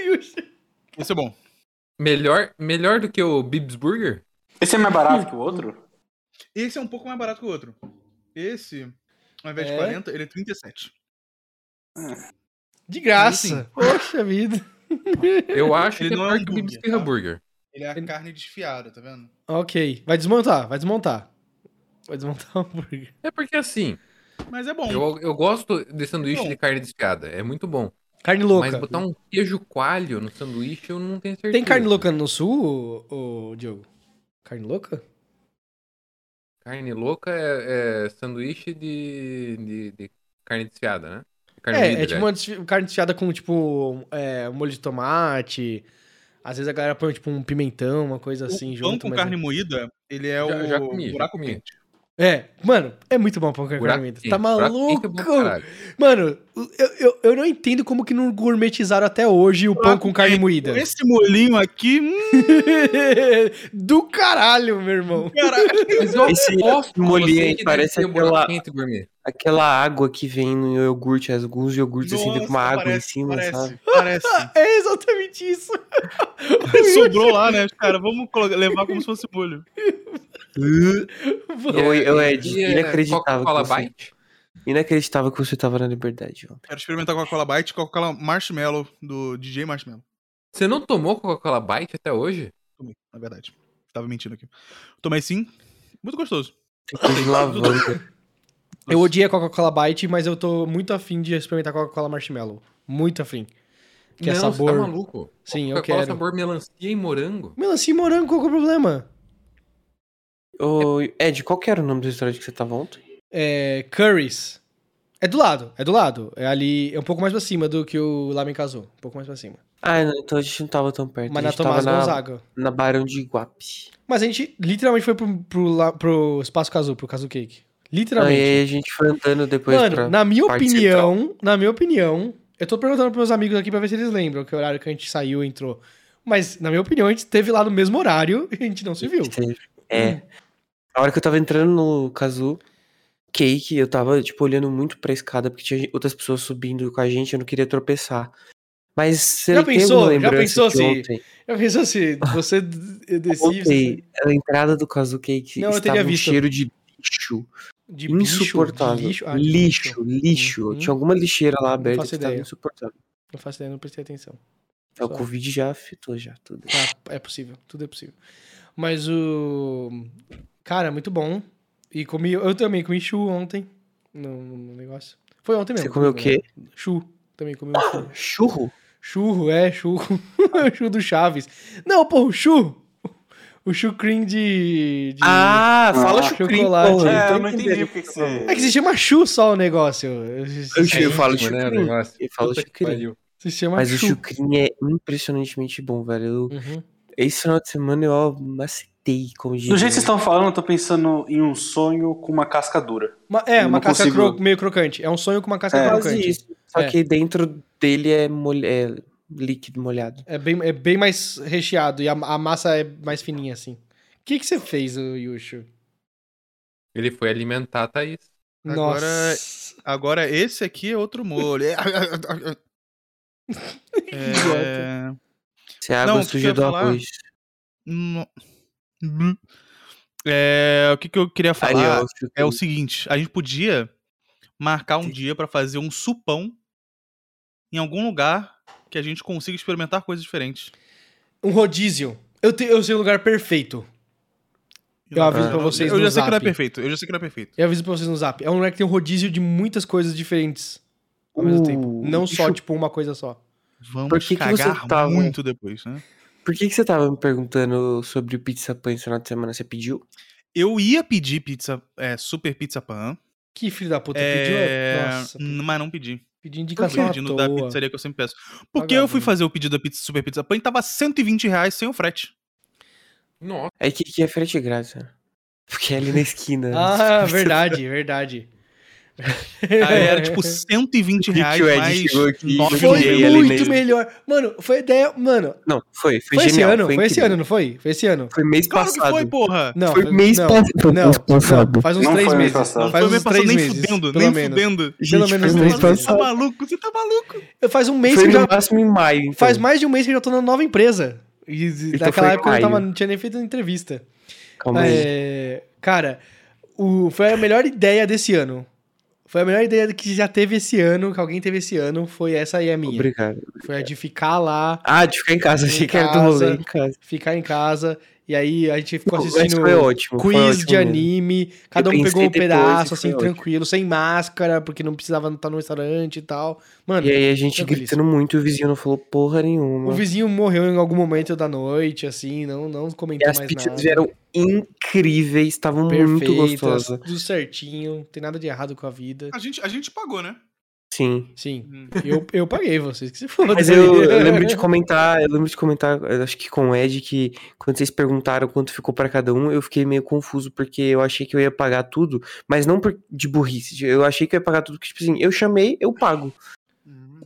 Yuri, esse é bom. Melhor, melhor do que o Bibs Burger? Esse é mais barato que o outro? Esse é um pouco mais barato que o outro. Esse, ao invés É? de 40, ele é 37. De graça. Poxa vida. [LAUGHS] Eu acho Ele que é não é melhor um que o Bibs hambúrguer, Terra tá? Burger. Ele é a carne desfiada, tá vendo? Ok. Vai desmontar, vai desmontar. Vai desmontar [LAUGHS] o hambúrguer. É porque assim, Mas é bom. eu, eu gosto de sanduíche Bom. de carne desfiada. É muito bom. Carne louca. Mas botar um queijo coalho no sanduíche, eu não tenho certeza. Tem carne louca no sul, ô, ô, Diogo? Carne louca? Carne louca é, é sanduíche de, de, de carne desfiada, né? De Carne é, moída, é tipo aliás. uma desfi- carne desfiada com, tipo, é, molho de tomate. Às vezes a galera põe, tipo, um pimentão, uma coisa assim o pão junto. com mas- carne moída, ele é né? Já- o já comi, já buraco comi. quente. É, mano, é muito bom pão com carne Buraco moída. quente, Tá buraco quente é maluco? bom pra caralho. Mano, eu, eu, eu não entendo como que não gourmetizaram até hoje o pão Buraco com carne quente. moída. Então, Esse molinho aqui, hum, é [LAUGHS] Do caralho, meu irmão. caralho. Mas eu Esse aposto que molhinho você aí que parece deve ter buraco aquela- quente gourmet. Aquela água que vem no iogurte, alguns iogurtes assim, tem Nossa, uma água parece, em cima, sabe? parece, parece. É exatamente isso. [LAUGHS] Sobrou lá, né, cara? Vamos colo- levar como se fosse molho. Eu, eu, é, de- E é inacreditável, que Coca-Cola você, Bite. inacreditável que você tava na liberdade, ó. Quero experimentar Coca-Cola Bite e Coca-Cola Marshmallow, do DJ Marshmallow. Você não tomou Coca-Cola Bite até hoje? Tomei, na verdade. Tava mentindo aqui. Tomei sim. Muito gostoso. [LAUGHS] Tem coisa de alavanca. Eu odiei a Coca-Cola Bite, mas eu tô muito afim de experimentar Coca-Cola Marshmallow. Muito afim. Que é não, sabor. você tá maluco. Sim, eu Coca-Cola quero. sabor melancia e morango. Melancia e morango, qual que é o problema? Ô, Ed, qual que era o nome do restaurante que você tava ontem? É. Curries. É do lado, é do lado. É ali, é um pouco mais pra cima do que o Lamen casou. Um pouco mais pra cima. Ah, não, então a gente não tava tão perto. Mas a na gente tava Tomás na, Gonzaga. na Barão de Iguape. Mas a gente literalmente foi pro, pro, la- pro espaço Casu, pro Casu Cake. Literalmente. Aí a gente foi andando depois Mano, pra... na minha parte opinião, na minha opinião, eu tô perguntando pros meus amigos aqui pra ver se eles lembram que horário que a gente saiu e entrou. Mas, na minha opinião, a gente esteve lá no mesmo horário e a gente não se [LAUGHS] viu. Hum. É. A hora que eu tava entrando no Kazu Cake, eu tava, tipo, olhando muito pra escada, porque tinha outras pessoas subindo com a gente, eu não queria tropeçar. Mas você Já tem alguma pensou? Já lembrança pensou de se- Ontem, Eu penso assim, [LAUGHS] você d- descia você- ontem a entrada do Kazu Cake né? Não, eu teria estava um visto. cheiro de lixo de bicho, insuportável. de Lixo, ah, de lixo. Uhum. Tinha alguma lixeira lá aberta faço que estava ideia. insuportável. Não faço ideia, não prestei atenção. Então, o Só. Covid já afetou já tudo. Tá, é possível, tudo é possível. Mas o. Cara, muito bom. E comi. Eu também comi chu ontem no, no negócio. Foi ontem mesmo. né? Você comeu o quê? Chu. Também comi um chu. Churro? Churro, é, [LAUGHS] churro. churro do Chaves. Não, pô, o churro. O chucrim de. de- Ah, fala Ah, chucrim, chocolate. porra, É, tô eu não entendi entendendo. por que que você. É que se chama chu só o negócio. Eu Se, chego, eu falo Né, o chucrim. negócio. Eu falo Puta que chucrim. pariu. se chama Mas o chu. chucrim é impressionantemente bom, velho. Eu- Uhum. Esse final de semana eu ó, macetei, como diz. Do jeito que vocês estão falando, eu tô pensando em um sonho com uma casca dura. Ma- É, Eu uma não casca consigo- cro- meio crocante. É um sonho com uma casca É. Quase crocante. isso. Só É. que dentro dele é, molha- é líquido molhado. É bem, é bem mais recheado e a, a massa é mais fininha, assim. O que, que você fez, ô Yushu? Ele foi alimentar a Thaís. Agora- Nossa. Agora, esse aqui é outro [LAUGHS] molho. É- É, Se a água Não, o que suja eu ia do falar? arroz. no- Hum. É, o que, que eu queria Ali, ó, falar o chucrim. é o seguinte: a gente podia marcar um dia pra fazer um supão em algum lugar que a gente consiga experimentar coisas diferentes. Um rodízio. Eu, te, eu sei o lugar perfeito. Eu aviso pra vocês Eu no já sei que não é zap. perfeito. Eu já sei que não é perfeito. Eu aviso pra vocês no zap. É um lugar que tem um rodízio de muitas coisas diferentes ao mesmo Uh, tempo. Não e só, chu- tipo, uma coisa só. Vamos Por que que você cagar tava- muito depois, né? Por que, que você tava me perguntando sobre o pizza pan esse final de semana? Você pediu? Eu ia pedir pizza, é, super pizza pan. Que filho da puta é, pediu. Nossa, n- mas não pedi. pedi Por que indicação Tá à pedindo da toa. pizzaria que eu sempre peço? Porque eu fui Vagabundo. fazer o pedido da pizza super pizza pan e tava 120 reais sem [LAUGHS] o frete. Nossa, É que, que é frete graça. Porque é ali na [LAUGHS] esquina. Ah, verdade, verdade. Aí era tipo 120 O que que reais o Ed mais chegou aqui e nove eu Foi olhei euros. ali muito mesmo. melhor. Mano, foi ideia. Mano, Não, foi. Foi, foi esse genial. ano, foi, esse incrível. ano, não foi? Foi esse ano. Foi mês Claro que passado. foi, porra! Não, Foi mês não, passado, foi Não, mês passado. não, faz uns Não três foi meses. mês passado. Não faz foi uns mês passado três nem meses, fudendo, pelo nem menos. fudendo. Pelo menos foi três mês Mano, Você tá passado. maluco? Você tá maluco? Eu faz um mês Foi que eu já. no máximo em maio. então. Faz mais de um mês que eu já tô na nova empresa. E Então naquela foi época eu não, tava, maio. não tinha nem feito entrevista. Calma aí. É, cara, o, foi a melhor ideia desse ano. Foi a melhor ideia que já teve esse ano, que alguém teve esse ano, foi essa aí a minha. Obrigado. Foi a de ficar lá, Ah, de ficar em casa. Em Achei que era do casa. rolê em casa. ficar em casa, e aí a gente ficou Não, mas assistindo foi ótimo. foi quiz ótimo de mesmo. anime, cada um pensei pegou um depois e pedaço, foi assim, ótimo. tranquilo, sem máscara, porque não precisava estar no restaurante e tal. Mano, E aí a gente Tranquilíssimo. gritando muito e o vizinho não falou porra nenhuma. o vizinho morreu em algum momento da noite, assim, não, não E comentou as mais pizzas nada. vieram incríveis, estavam muito Perfeitas, gostosas. tudo certinho, não tem nada de errado com a vida. A gente, a gente pagou, né? Sim. Sim, Hum. eu, eu paguei vocês, que se foda. Mas eu, eu lembro de comentar, eu lembro de comentar, eu acho que com o Ed, que quando vocês perguntaram quanto ficou pra cada um, eu fiquei meio confuso, porque eu achei que eu ia pagar tudo, mas não por, de burrice. de- Eu achei que eu ia pagar tudo, que tipo assim, eu chamei, eu pago.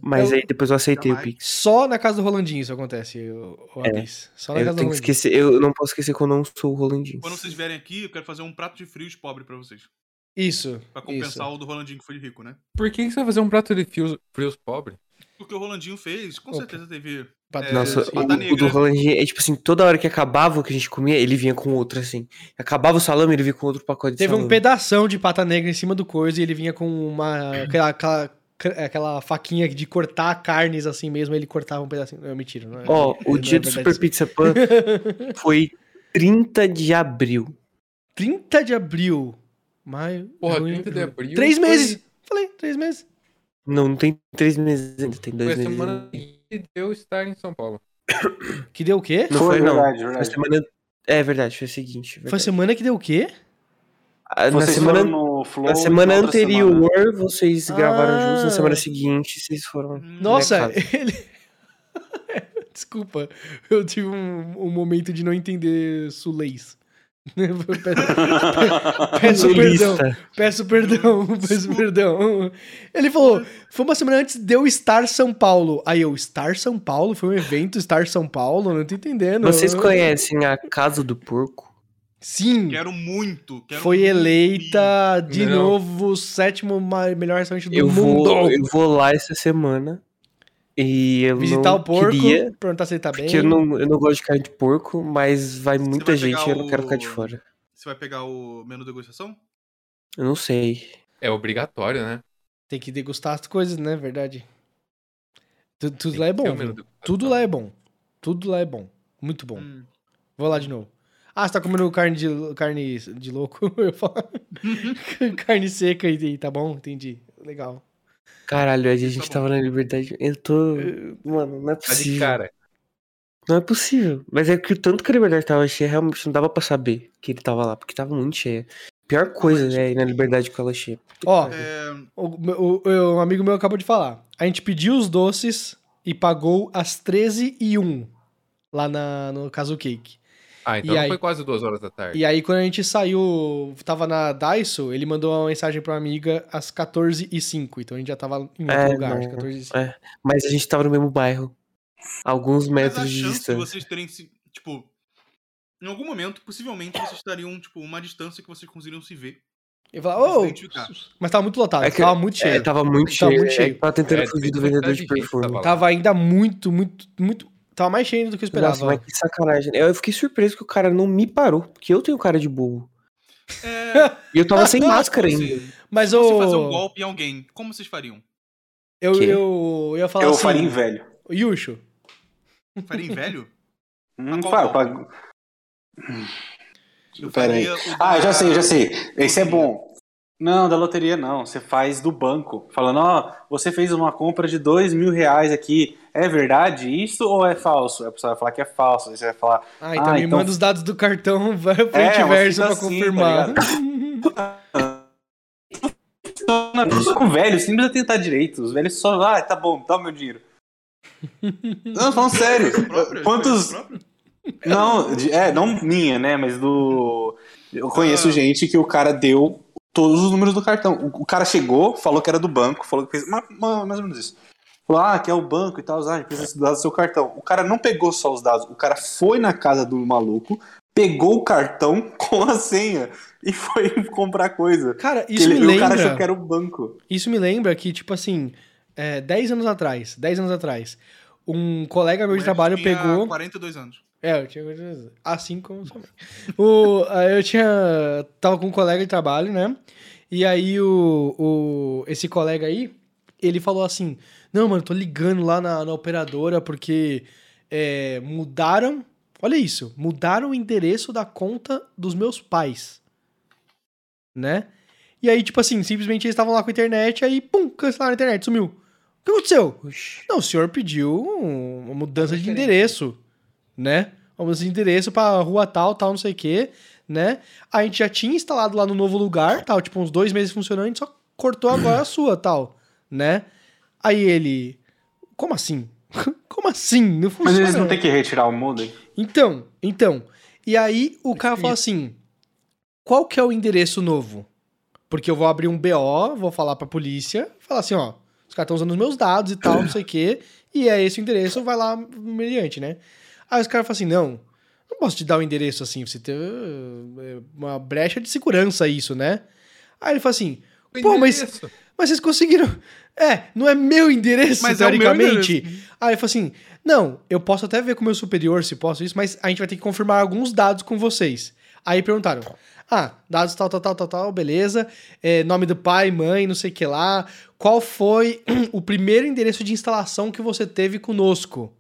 Mas Uhum. Eu- aí depois eu aceitei o Jamais. Pix. [LAUGHS] Só na casa do Rolandinho isso acontece, o, o Abis. Só na É, Eu casa do tenho que Rolandinho. esquecer, eu não posso esquecer que eu não sou o Rolandinho. Quando vocês vierem aqui, eu quero fazer um prato de frios pobre pra vocês. Isso, Pra isso. compensar o do Rolandinho que foi rico, né? por que, que você vai fazer um prato de frios, frios pobre? Porque o Rolandinho fez, com Opa. certeza teve. Patrocínio. Nossa, Sim. o, Pata o do negra. Rolandinho é tipo assim, toda hora que acabava o que a gente comia, ele vinha com outro, assim. Acabava o salame, ele vinha com outro pacote de Teve salame. um pedação de pata negra em cima do coisa e ele vinha com uma. aquela, aquela, é, aquela faquinha de cortar carnes assim mesmo, ele cortava um pedacinho. Não, mentira, não é. Ó, não o é dia do verdade Super Pizza [LAUGHS] Pan foi 30 de abril. isso. 30 de abril. Maio. Porra, junho, 30 de julho. abril. Três foi- meses! Falei, três meses. Não, não tem três meses ainda, tem Foi dois a meses. semana ainda. né? que eu estar em São Paulo. Que deu o quê? Não Foi, foi, não. verdade, Foi a verdade. semana... É verdade, foi o seguinte. Foi a semana que deu o quê? verdade. Ah, Na Vocês semana, foram no Flow. na semana outra anterior, [LAUGHS] semana. vocês gravaram juntos, Ah. na semana seguinte, vocês foram. Nossa, Né, ele. [LAUGHS] Desculpa, eu tive um, um momento de não entender sulês. [LAUGHS] Peço- Peço perdão. Solista. Peço perdão, [LAUGHS] peço perdão. Ele falou, foi uma semana antes de eu estar São Paulo. Aí eu, estar São Paulo? Foi um evento estar São Paulo? Não tô entendendo. Vocês conhecem a Casa do Porco? Sim, Quero muito. Quero foi muito. eleita de Não. novo o sétimo ma- melhor restaurante do Eu mundo. vou, eu vou lá essa semana e eu Visitar não o porco, queria, perguntar se ele tá bem. porque eu não, eu não gosto de carne de porco, mas vai Você muita vai pegar gente e eu não quero ficar de o- fora. Você vai pegar o menu degustação? Eu não sei. É obrigatório, né? Tem que degustar as coisas, né? Verdade. Tudo, tudo Tem lá é que ter bom. o menu viu? do- Tudo lá é bom. Tudo lá é bom. Muito bom. Hum. Vou lá de novo. Ah, você tá comendo carne de, carne [LAUGHS] Hum. de louco? Eu falo. carne seca e e tá bom? Entendi. Legal. Caralho, Ed, a gente Tá bom. tava na liberdade. Eu tô. Mano, não é Tá de possível. cara. Não é possível. Mas é que o tanto que a liberdade tava cheia, realmente não dava pra saber que ele tava lá, porque tava muito cheia. Pior coisa, né? Ir na liberdade com ela cheia. Ó, É, O, o- o- um amigo meu acabou de falar. A gente pediu os doces e pagou às 13 e 1 lá na, no Caso Cake. Ah, então E não aí? foi quase duas horas da tarde. E aí, quando a gente saiu, tava na Daiso, ele mandou uma mensagem pra uma amiga às 14 e 05 Então a gente já tava em outro É, lugar, às não. 14 e 05 É. Mas a gente tava no mesmo bairro. Alguns mas metros a de chance de distância. vocês terem se. Tipo. Em algum momento, possivelmente, vocês estariam, tipo, uma distância que vocês conseguiriam se ver. Eu falava, ô, Identificar. mas tava muito lotado, É que- tava muito cheio. É, tava muito cheio. Tava muito é, cheio. tava tentando É, fugir tem do vendedor muita de gente que perfume. tava lá. Tava ainda muito, muito, muito. Tava mais cheio do que eu esperava. Nossa, mas que sacanagem. Eu fiquei surpreso que o cara não me parou, porque eu tenho cara de bobo. É, E eu tava sem se máscara fosse- ainda. Mas Se eu. você fazer um golpe em alguém, como vocês fariam? eu, eu, Quê? eu ia falar eu assim. faria em velho. Yusho, Faria em velho? Hum, qual pá, golpe? pá, Eu Pera aí. faria o Ah, eu já da- sei, eu já sei. Esse é bom. Não, da loteria não. Você faz do banco. Falando, ó, você fez uma compra de dois mil reais aqui. É verdade isso ou é falso? Aí A pessoa vai falar que é falso. Aí você vai falar, Ah, então Ah, me então- manda os dados do cartão [LAUGHS] vai pro É, Intiverso você pra tá assim, confirmar. tá [LAUGHS] funciona isso com velhos, você não precisa tentar direito. Os velhos só, ah, tá bom, dá o [LAUGHS] meu dinheiro. Não, falando sério. Próprio? Quantos. Próprio? Não, de- é, não minha, né? Mas do. Eu conheço Ah. gente que o cara deu todos os números do cartão. O, o cara chegou, falou que era do banco, falou que fez. ma- ma- Mais ou menos isso. Falou, ah, que é o banco e tal, ah, a gente precisa dos dados do seu cartão. O cara não pegou só os dados, o cara foi na casa do maluco, pegou o cartão [LAUGHS] com a senha e foi [LAUGHS] comprar coisa. [LAUGHS] Cara, isso Ele- me O cara achou lembra. que era o banco. Isso me lembra que, tipo assim, é, 10 anos atrás, 10 anos atrás, um colega meu de Mas trabalho tinha pegou. 42 anos. É, eu tinha. Assim como sua mãe. o, aí eu tinha. Tava com um colega de trabalho, né? E aí o, o- Esse colega aí, ele falou assim: Não, mano, tô ligando lá na, na operadora porque é, mudaram. Olha isso, mudaram o endereço da conta dos meus pais. Né? E aí, tipo assim, simplesmente eles estavam lá com a internet, aí, pum, cancelaram a internet, sumiu. O que aconteceu? Oxi. Não, o senhor pediu um- uma mudança de endereço, né? Uma mudança de endereço pra rua tal, tal, não sei o quê, né? A gente já tinha instalado lá no novo lugar, tal, tipo, uns dois meses funcionando, a gente só cortou agora a sua, tal, né? Aí ele. Como assim? [LAUGHS] Como assim? Não funciona. Mas eles não têm que retirar [LAUGHS] o modem? Então, então. E aí o cara falou assim: qual que é o endereço novo? Porque eu vou abrir um BO, vou falar pra polícia, falar assim, ó, os caras estão usando os meus dados e tal, não sei o quê, e é esse o endereço, vai lá mediante, né? Aí os caras falam assim, não, não posso te dar o endereço assim, você tem eh, uma brecha de segurança isso, né? Aí ele fala assim, Pô, mas- Endereço. mas vocês conseguiram. É, não é meu endereço, Mas é o meu teoricamente. Aí eu falei assim: não, eu posso até ver com o meu superior se posso isso, mas a gente vai ter que confirmar alguns dados com vocês. Aí perguntaram: ah, dados tal, tal, tal, tal, tal, beleza. É, nome do pai, mãe, não sei o que lá. Qual foi [CLEARS THROAT] o primeiro endereço de instalação que você teve conosco?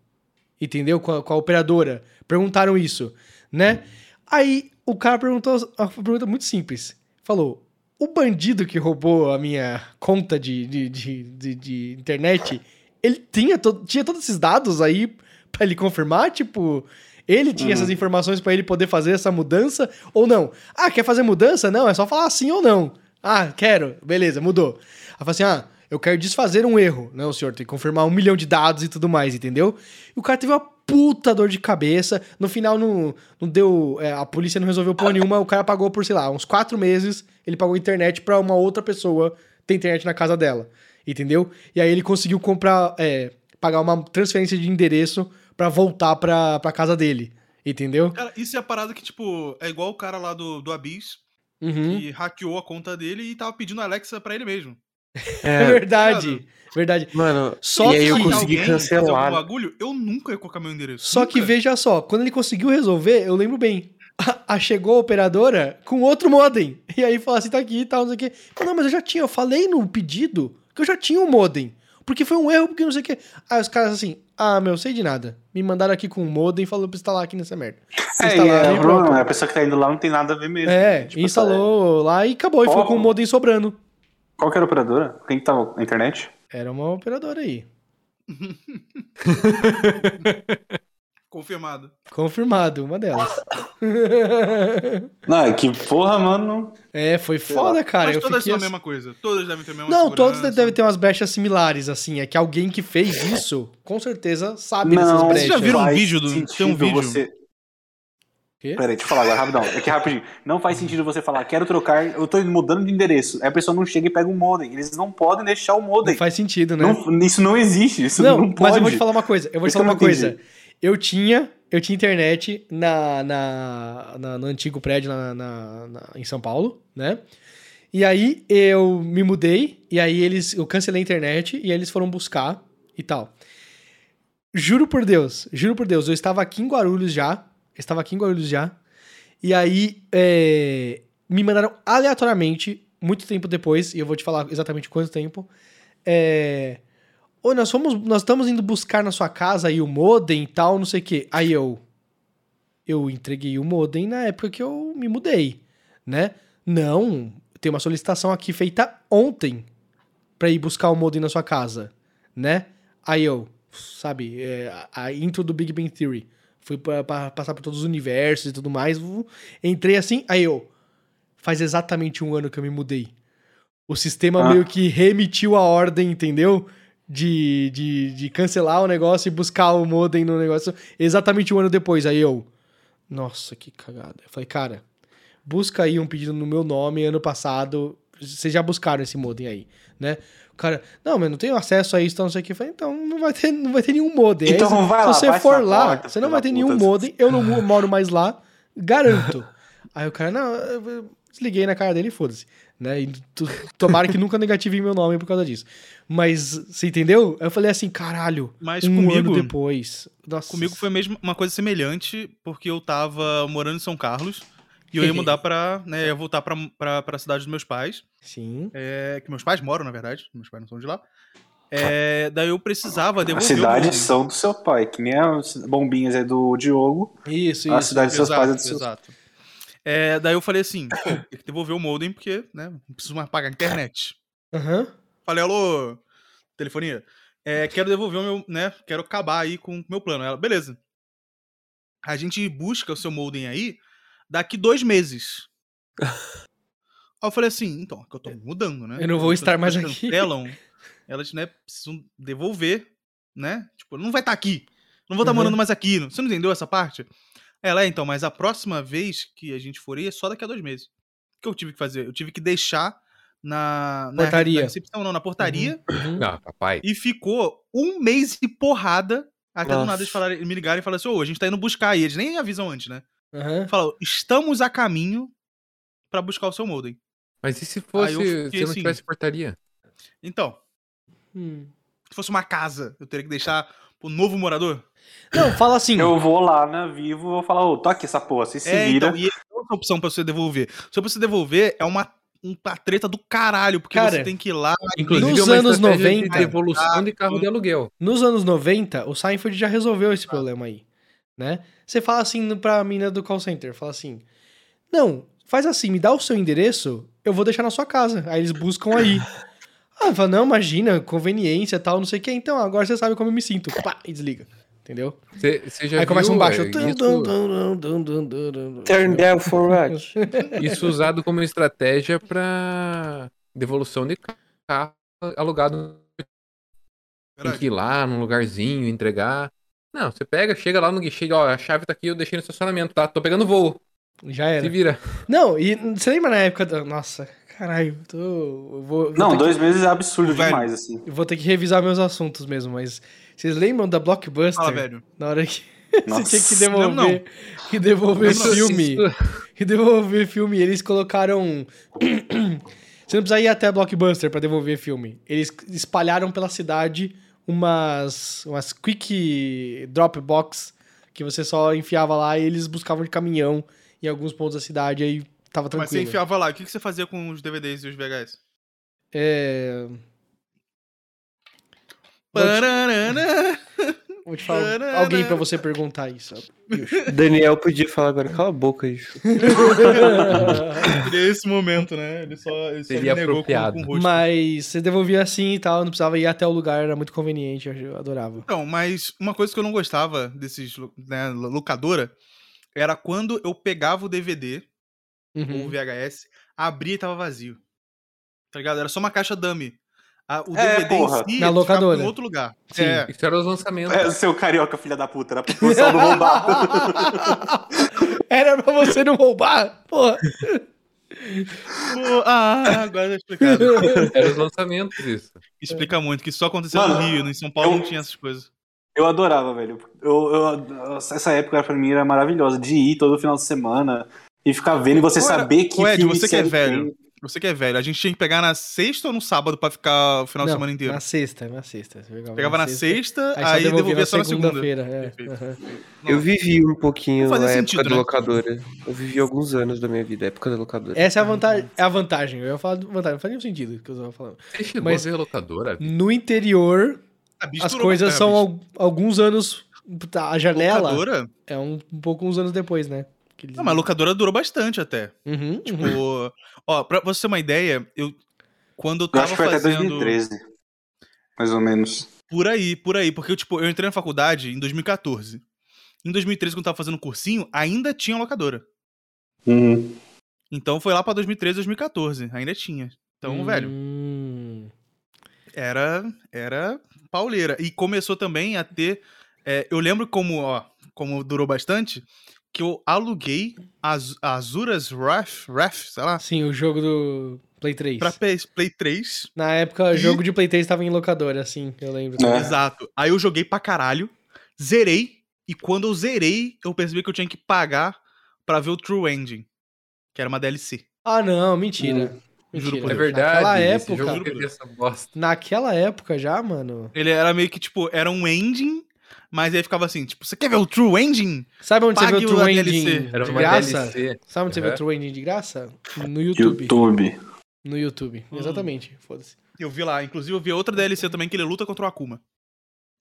Entendeu? Com a, com a operadora. Perguntaram isso, né? Aí o cara perguntou uma pergunta muito simples. Falou: o bandido que roubou a minha conta de, de, de, de- de internet, ele tinha, to- tinha todos esses dados aí pra ele confirmar? Tipo, ele tinha Uhum. essas informações pra ele poder fazer essa mudança ou não? Ah, quer fazer mudança? Não, é só falar sim ou não. Ah, quero. Beleza, mudou. Ela fala assim: ah, eu quero desfazer um erro. Não, senhor, tem que confirmar um milhão de dados e tudo mais, entendeu? E o cara teve uma puta dor de cabeça. No final, não, não deu. é, a polícia não resolveu porra nenhuma. O cara pagou por, sei lá, uns quatro meses. Ele pagou internet pra uma outra pessoa ter internet na casa dela, entendeu? E aí ele conseguiu comprar. é, pagar uma transferência de endereço pra voltar pra, pra casa dele, entendeu? Cara, isso é a parada que, tipo, é igual o cara lá do, do Abyss, Uhum. que hackeou a conta dele e tava pedindo a Alexa pra ele mesmo. É É, verdade, Claro. verdade. mano, Só e aí eu que- consegui alguém fazer algum cancelar. bagulho, eu nunca ia colocar meu endereço. Só que nunca. veja só, quando ele conseguiu resolver, eu lembro bem. A, a- chegou a operadora com outro modem. E aí falou assim: tá aqui e tal, não sei o quê. Falei, Não, mas eu já tinha, eu falei no pedido que eu já tinha um modem. Porque foi um erro, porque não sei o quê. Aí os caras assim, ah, meu, sei de nada. Me mandaram aqui com um modem e falou pra instalar aqui nessa merda. É, e Instalaram é, e o problema, a pessoa que tá indo lá não tem nada a ver mesmo. É, Tipo, instalou lá e acabou, e ficou Ó. com o modem sobrando. Qual que era a operadora? Quem que tava na internet? Era uma operadora aí. Confirmado. Confirmado, uma delas. [LAUGHS] Não, é que porra, mano. é, foi foda, cara. Mas eu todas fiquei são a ass- mesma coisa. Todas devem ter a mesma Não, todos segurança. devem ter umas brechas similares, assim. É que alguém que [LAUGHS] fez isso, com certeza, sabe dessas Não, brechas. Vocês já viram um faz vídeo do- tem um sentido vídeo? Você... Quê? Peraí, deixa eu falar agora rapidão. É que é rapidinho. Não faz sentido você falar, quero trocar, eu tô mudando de endereço. Aí a pessoa não chega e pega o modem. Eles não podem deixar o Não modem. faz sentido, né? Não- isso não existe. Isso não, Não, pode. mas eu vou te falar uma coisa. Eu vou te Isso que eu falar uma não entendi. coisa. Eu tinha, eu tinha internet na, na, na- no antigo prédio lá na, na- na- em São Paulo, né? E aí eu me mudei, e aí eles. Eu cancelei a internet e aí eles foram buscar e tal. Juro por Deus, juro por Deus, eu estava aqui em Guarulhos já. eu estava aqui em Guarulhos já. E aí é, me mandaram aleatoriamente, muito tempo depois, e eu vou te falar exatamente quanto tempo. É, Ô, nós fomos, nós estamos indo buscar na sua casa aí o modem e tal, não sei o quê. Aí eu eu entreguei o modem na época que eu me mudei, né? Não, tem uma solicitação aqui feita ontem pra ir buscar o modem na sua casa, né? Aí eu, sabe, é, a- a intro do Big Bang Theory. Fui pra, pra passar por todos os universos e tudo mais. vu- Entrei assim, aí eu. Faz exatamente um ano que eu me mudei. O sistema Ah. meio que remitiu a ordem, entendeu? De, de, de cancelar o negócio e buscar o modem no negócio exatamente um ano depois. Aí eu. Nossa, que cagada. Eu falei, cara, busca aí um pedido no meu nome ano passado. Vocês já buscaram esse modem aí, né? O cara, não, mas não tenho acesso a isso, então não sei o que. Eu falei, então não vai ter, não vai ter nenhum modem. Aí Então você- vai se lá, você bate for na lá, porta, você não filho vai da ter nenhum puta. modem, eu [LAUGHS] não mo- moro mais lá, garanto. aí o cara, não, eu desliguei na cara dele e foda-se. Né? E tu- tomara que nunca negativem meu nome por causa disso. Mas, você entendeu? Eu falei assim, caralho, Mas um ano comigo, depois. Nossa, comigo foi mesmo uma coisa semelhante, porque eu tava morando em São Carlos e eu ia mudar pra. né, eu ia voltar pra, pra, pra cidade dos meus pais. Sim. é, que meus pais moram, na verdade. Meus pais não são de lá. É, daí eu precisava As devolver. o cidades modem. são do seu pai, que nem as bombinhas é do Diogo, Isso, as isso. cidades dos seus pais é do seu Exato. É, daí eu falei assim, pô, tem que devolver o modem porque, né, não preciso mais pagar a internet. Aham. Falei, alô, telefonia, é, quero devolver o meu, né, quero acabar aí com o meu plano. Ela, beleza. A gente busca o seu modem aí daqui dois meses. aí eu falei assim, então, é que eu tô me mudando, né? Eu não vou estar mais Elas aqui. Cancelam, elas, né, precisam devolver, né? Tipo, não vai estar aqui. Não vou estar Uhum. morando mais aqui. Você não entendeu essa parte? Ela é, então, mas a próxima vez que a gente for aí é só daqui a dois meses. O que eu tive que fazer? Eu tive que deixar na, na re- Portaria. na recepção, não, na portaria. Uhum. Ah, papai. E ficou um mês de porrada. Até do Nossa. nada eles falarem, me ligarem e falaram assim: ô, a gente tá indo buscar. E eles nem avisam antes, né? Aham. Falam, estamos a caminho pra buscar o seu modem. Mas e se fosse, Aí eu fiquei se não assim. tivesse portaria? Então, Hum. se fosse uma casa, eu teria que deixar pro novo morador? Não, fala assim. Eu vou lá na Vivo, vou falar, ô, toque essa porra, vocês se é, vira. então, e essa é outra opção pra você devolver. Se você devolver, é uma, uma treta do caralho, porque Cara, você tem que ir lá. Inclusive, Nos é uma anos estratégia 90. de devolução de carro de aluguel. Nos anos 90, o Seinfeld já resolveu esse problema aí, né? Você fala assim no- pra mina do call center, fala assim, não, faz assim, me dá o seu endereço, eu vou deixar na sua casa. Aí eles buscam [LAUGHS] aí. Ah, fala, não, imagina, conveniência e tal, não sei o que. Então, agora você sabe como eu me sinto. Pá, e desliga. Entendeu? Você você já aí começa viu, um baixo. é, Tum, tum, isso, tum, tum, tum, tum, tum, tum. Turn down [LAUGHS] for what? isso usado como estratégia pra devolução de carro alugado Tem que ir lá num lugarzinho, entregar. Não, você pega, chega lá no guichê, ó, a chave tá aqui, eu deixei no estacionamento, tá? Tô pegando voo. Já Se era. né? vira. Não, e você lembra na época da... Nossa, caralho, tô... eu vou- eu vou Não, ter que- dois meses é absurdo Velho. [LAUGHS] demais, assim. Eu vou ter que revisar meus assuntos mesmo, mas vocês lembram da Blockbuster? Fala, velho. Na hora que Nossa. você tinha que devolver, Não, não. que devolver Não, não. filme, que devolver filme, eles colocaram um. [COUGHS] Você não precisa ir até a Blockbuster pra devolver filme. Eles espalharam pela cidade umas umas quick dropbox que você só enfiava lá e eles buscavam de caminhão em alguns pontos da cidade aí tava Mas você tranquilo. enfiava lá. O que que você fazia com os DVDs e os VHS? É, Pararana. Vou te falar alguém pra você perguntar isso. Daniel podia falar agora, cala a boca, Yushu. Seria esse momento, né? Ele só, ele só Seria me negou com, apropriado. com o rosto. Mas você devolvia assim e tal, não precisava ir até o lugar, era muito conveniente, eu adorava. Então, mas uma coisa que eu não gostava desses, lu- né, locadora, era quando eu pegava o DVD Uhum. ou o VHS, abria e tava vazio. Tá ligado? Era só uma caixa dummy. Ah, o É, DVD porra. em si Na ele ficava locadora. em outro lugar. Sim. É. Isso era os lançamentos. É, seu carioca, filha da puta, era pra porção do [LAUGHS] roubado. [LAUGHS] Era pra você não roubar? Porra. Pô, ah, agora [LAUGHS] tá explicado. [LAUGHS] Era os lançamentos, isso. Explica muito, que isso só acontecia no Mano, Rio, né? em São Paulo eu- não tinha essas coisas. Eu adorava, velho. Eu, eu- essa época pra mim era maravilhosa, de ir todo final de semana e ficar vendo e você Ô, era- saber que ô, Ed, filme e você que é série velho. tem. Você que é velho, a gente tinha que pegar na sexta ou no sábado pra ficar o final de Não, semana inteiro? Na sexta, na sexta. Você Pegava, Pegava na sexta, aí, só devolvia só na segunda. segunda-feira. é. Perfeito. Aham. Eu vivi um pouquinho Não fazia na sentido, época da né? locadora. Eu vivi alguns anos da minha vida, época da locadora. Essa é a vantagem. Uhum. É a vantagem. Eu ia falar de vantagem, não faz nenhum sentido o que eu estava falando. Você chegou Mas- a ver a locadora? Vi? No interior, Ah, bicho, as tu coisas locadora, são bicho. al- alguns anos. tá, A janela Locadora? é um, um pouco uns anos depois, né? Que eles- Não, mas a locadora durou bastante até. Uhum, uhum. Tipo, ó, pra você ter uma ideia, eu quando eu Eu tava acho que foi até fazendo 2013. Mais ou menos. por aí, por aí, porque eu tipo, eu entrei na faculdade em 2014. Em 2013 quando eu tava fazendo cursinho, ainda tinha locadora. Uhum. Então foi lá pra 2013, 2014, ainda tinha. Então, uhum. velho, Hum. era era pauleira e começou também a ter é, eu lembro como, ó, como durou bastante que eu aluguei as Azuras Wrath, Wrath, sei lá, Sim, o jogo do Play 3. pra PS Play 3. Na época, o E- jogo de Play 3 tava em locadora, assim, eu lembro. É. Exato. Aí eu joguei pra caralho, zerei, e quando eu zerei, eu percebi que eu tinha que pagar pra ver o True Ending, que era uma DLC. Ah, não, mentira. Juro Mentira. por É Deus. Naquela verdade, esse época, jogo teve essa bosta. naquela época já, mano. Ele era meio que tipo, era um ending, mas aí ficava assim, tipo, você quer ver o True Ending? Sabe onde Pague você viu o a True DLC. Ending Era de uma graça? DLC. Sabe onde você viu o Uhum. True Ending de graça? No YouTube. YouTube. No YouTube, Hum. exatamente. Foda-se. Eu vi lá, inclusive eu vi outra Uhum. DLC também que ele luta contra o Akuma.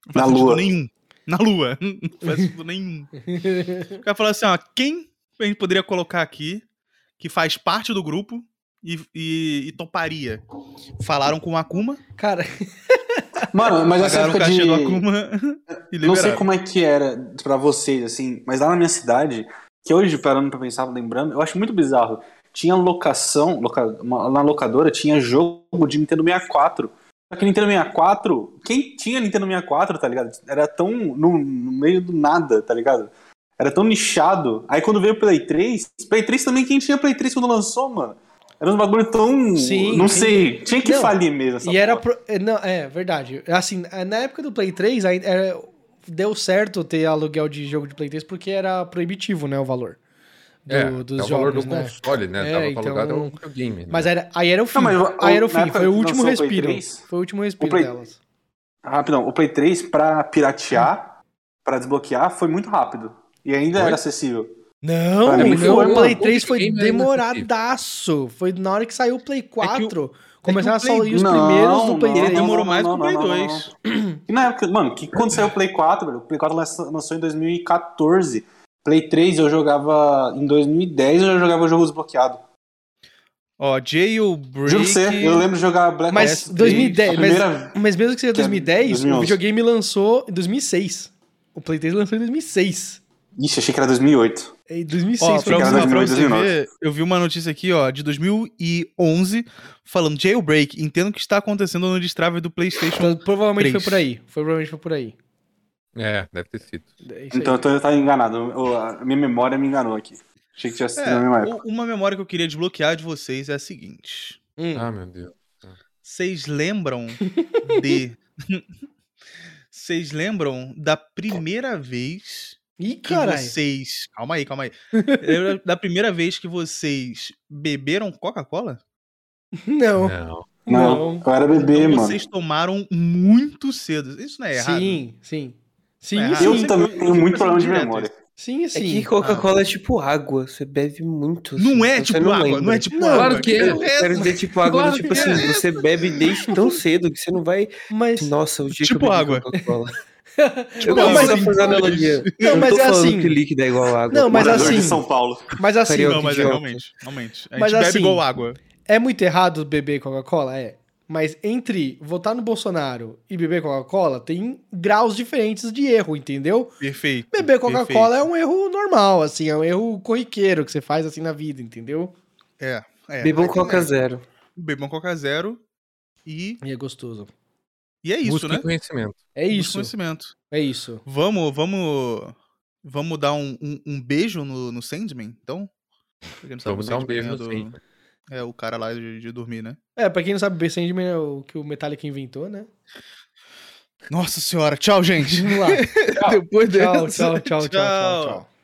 Não Na faz sentido lua. nenhum. Na lua. [LAUGHS] Não [LAUGHS] faz sentido nenhum. O cara falou assim, ó, quem a gente poderia colocar aqui que faz parte do grupo e, e- e toparia? Falaram com o Akuma, Cara, Mano, mas essa pagaram o época cachê de... do Akuma [LAUGHS] e liberaram. Não sei como é que era pra vocês, assim, mas lá na minha cidade, que hoje, parando pra pensar, lembrando, eu acho muito bizarro. Tinha locação, loca- uma- na locadora tinha jogo de Nintendo 64. Só que Nintendo 64, quem tinha Nintendo 64, tá ligado? Era tão no, no meio do nada, tá ligado? Era tão nichado. Aí quando veio o Play 3, Play 3 também, quem tinha Play 3 quando lançou, mano? Era um bagulho tão. Sim, não sim. sei, tinha que Não, falir mesmo. essa e era. porra. pro- é, Não, é verdade. Assim, na época do Play 3, aí, era- deu certo ter aluguel de jogo de Play 3 porque era proibitivo, né? O valor do, é, dos é o jogos. valor do né? console, né? É, Tava então- alugado ao videogame. né? Mas era, aí era o fim. mas o- aí era o na fim. época Foi o que último lançou o Play respiro. 3, Foi o último respiro Play- delas. Rapidão, Ah, o Play 3 pra piratear, pra desbloquear, foi muito rápido. E ainda Foi? era acessível. Não, Pra mim meu, foi o Play um 3 foi videogame ainda demoradaço. Foi na hora que saiu o Play 4. começaram Play- a sair os Não, primeiros do Play não, 3. Ele demorou mais não, pro Play não, não, 2. E na época, mano, que quando saiu o Play 4, velho, o Play 4 lança- lançou em 2014. Play 3 eu jogava em 2010, eu já jogava o jogo desbloqueado. Ó, Jailbreak... Juro pra você, eu lembro de jogar Black Mas Ops 2010, a primeira- mas, mas mesmo que seja que é 2010, o 2011. videogame lançou em 2006. O Play 3 lançou em 2006. Ixi, achei que era 2008. Em Ó, 2006 foi pra, Fica o na você- lançamento. pra 2008, você 2009. ver, eu vi uma notícia aqui, ó, de 2011, falando Jailbreak, entendo o que está acontecendo no destrave do PlayStation. Então, Provavelmente foi Três. por aí. Foi, provavelmente foi por aí. É, deve ter sido. É isso aí. Então eu, tô, eu tava enganado. Eu- a minha memória me enganou aqui. Achei que tinha sido É, na mesma época. u- uma memória que eu queria desbloquear de vocês é a seguinte. Hum. Ah, meu Deus. Vocês lembram [LAUGHS] de. Vocês lembram da primeira vez Ih, que caralho. vocês. Calma aí, calma aí. Lembra da primeira vez que vocês beberam Coca-Cola? [LAUGHS] Não. Não. Não, Não. eu era bebê, Então mano. vocês tomaram muito cedo. Isso não é errado. Sim, sim. Sim, É errado. sim. Eu sempre- também eu tenho sempre muito problema de direto isso. memória. Sim, É sim. que Coca-Cola é tipo água, você bebe muito. Não assim, é então você tipo água, lembra. não é tipo Não, água. claro que é. Eu quero dizer tipo água, Claro do tipo que assim, é. você bebe desde tão cedo que você não vai. Mas, Nossa, o dia Tipo que eu bebi [LAUGHS] água. Coca-Cola. Eu Não, não mas sei assim, fazer analogia. Não, mas tô é falando assim. que líquido é igual água. Não, mas Morador assim- de São Paulo. Mas assim, Carioca. Não, mas é idiota. realmente, realmente. A gente Mas bebe assim- igual água. é muito errado beber Coca-Cola? É. Mas entre votar no Bolsonaro e beber Coca-Cola, tem graus diferentes de erro, entendeu? Perfeito. Beber Coca-Cola é perfeito. um erro normal, assim, é um erro corriqueiro que você faz assim na vida, entendeu? É, é. Bebam Mas- Coca Zero. Bebam Coca Zero. E, E é gostoso. e é isso, Busquem né? conhecimento. É Busca isso, Conhecimento. é isso. Vamos, vamos. Vamos dar um, um, um beijo no, no Sandman, então? Pra quem não Vamos o dar um Sandman beijo é no do- Sandman. É o cara lá de, de dormir, né? É, pra quem não sabe, B. Sandman é o que o Metallica inventou, né? Nossa senhora, tchau, gente. Vamos lá. Depois [LAUGHS] Tchau, dessa. tchau, tchau, tchau, tchau, tchau.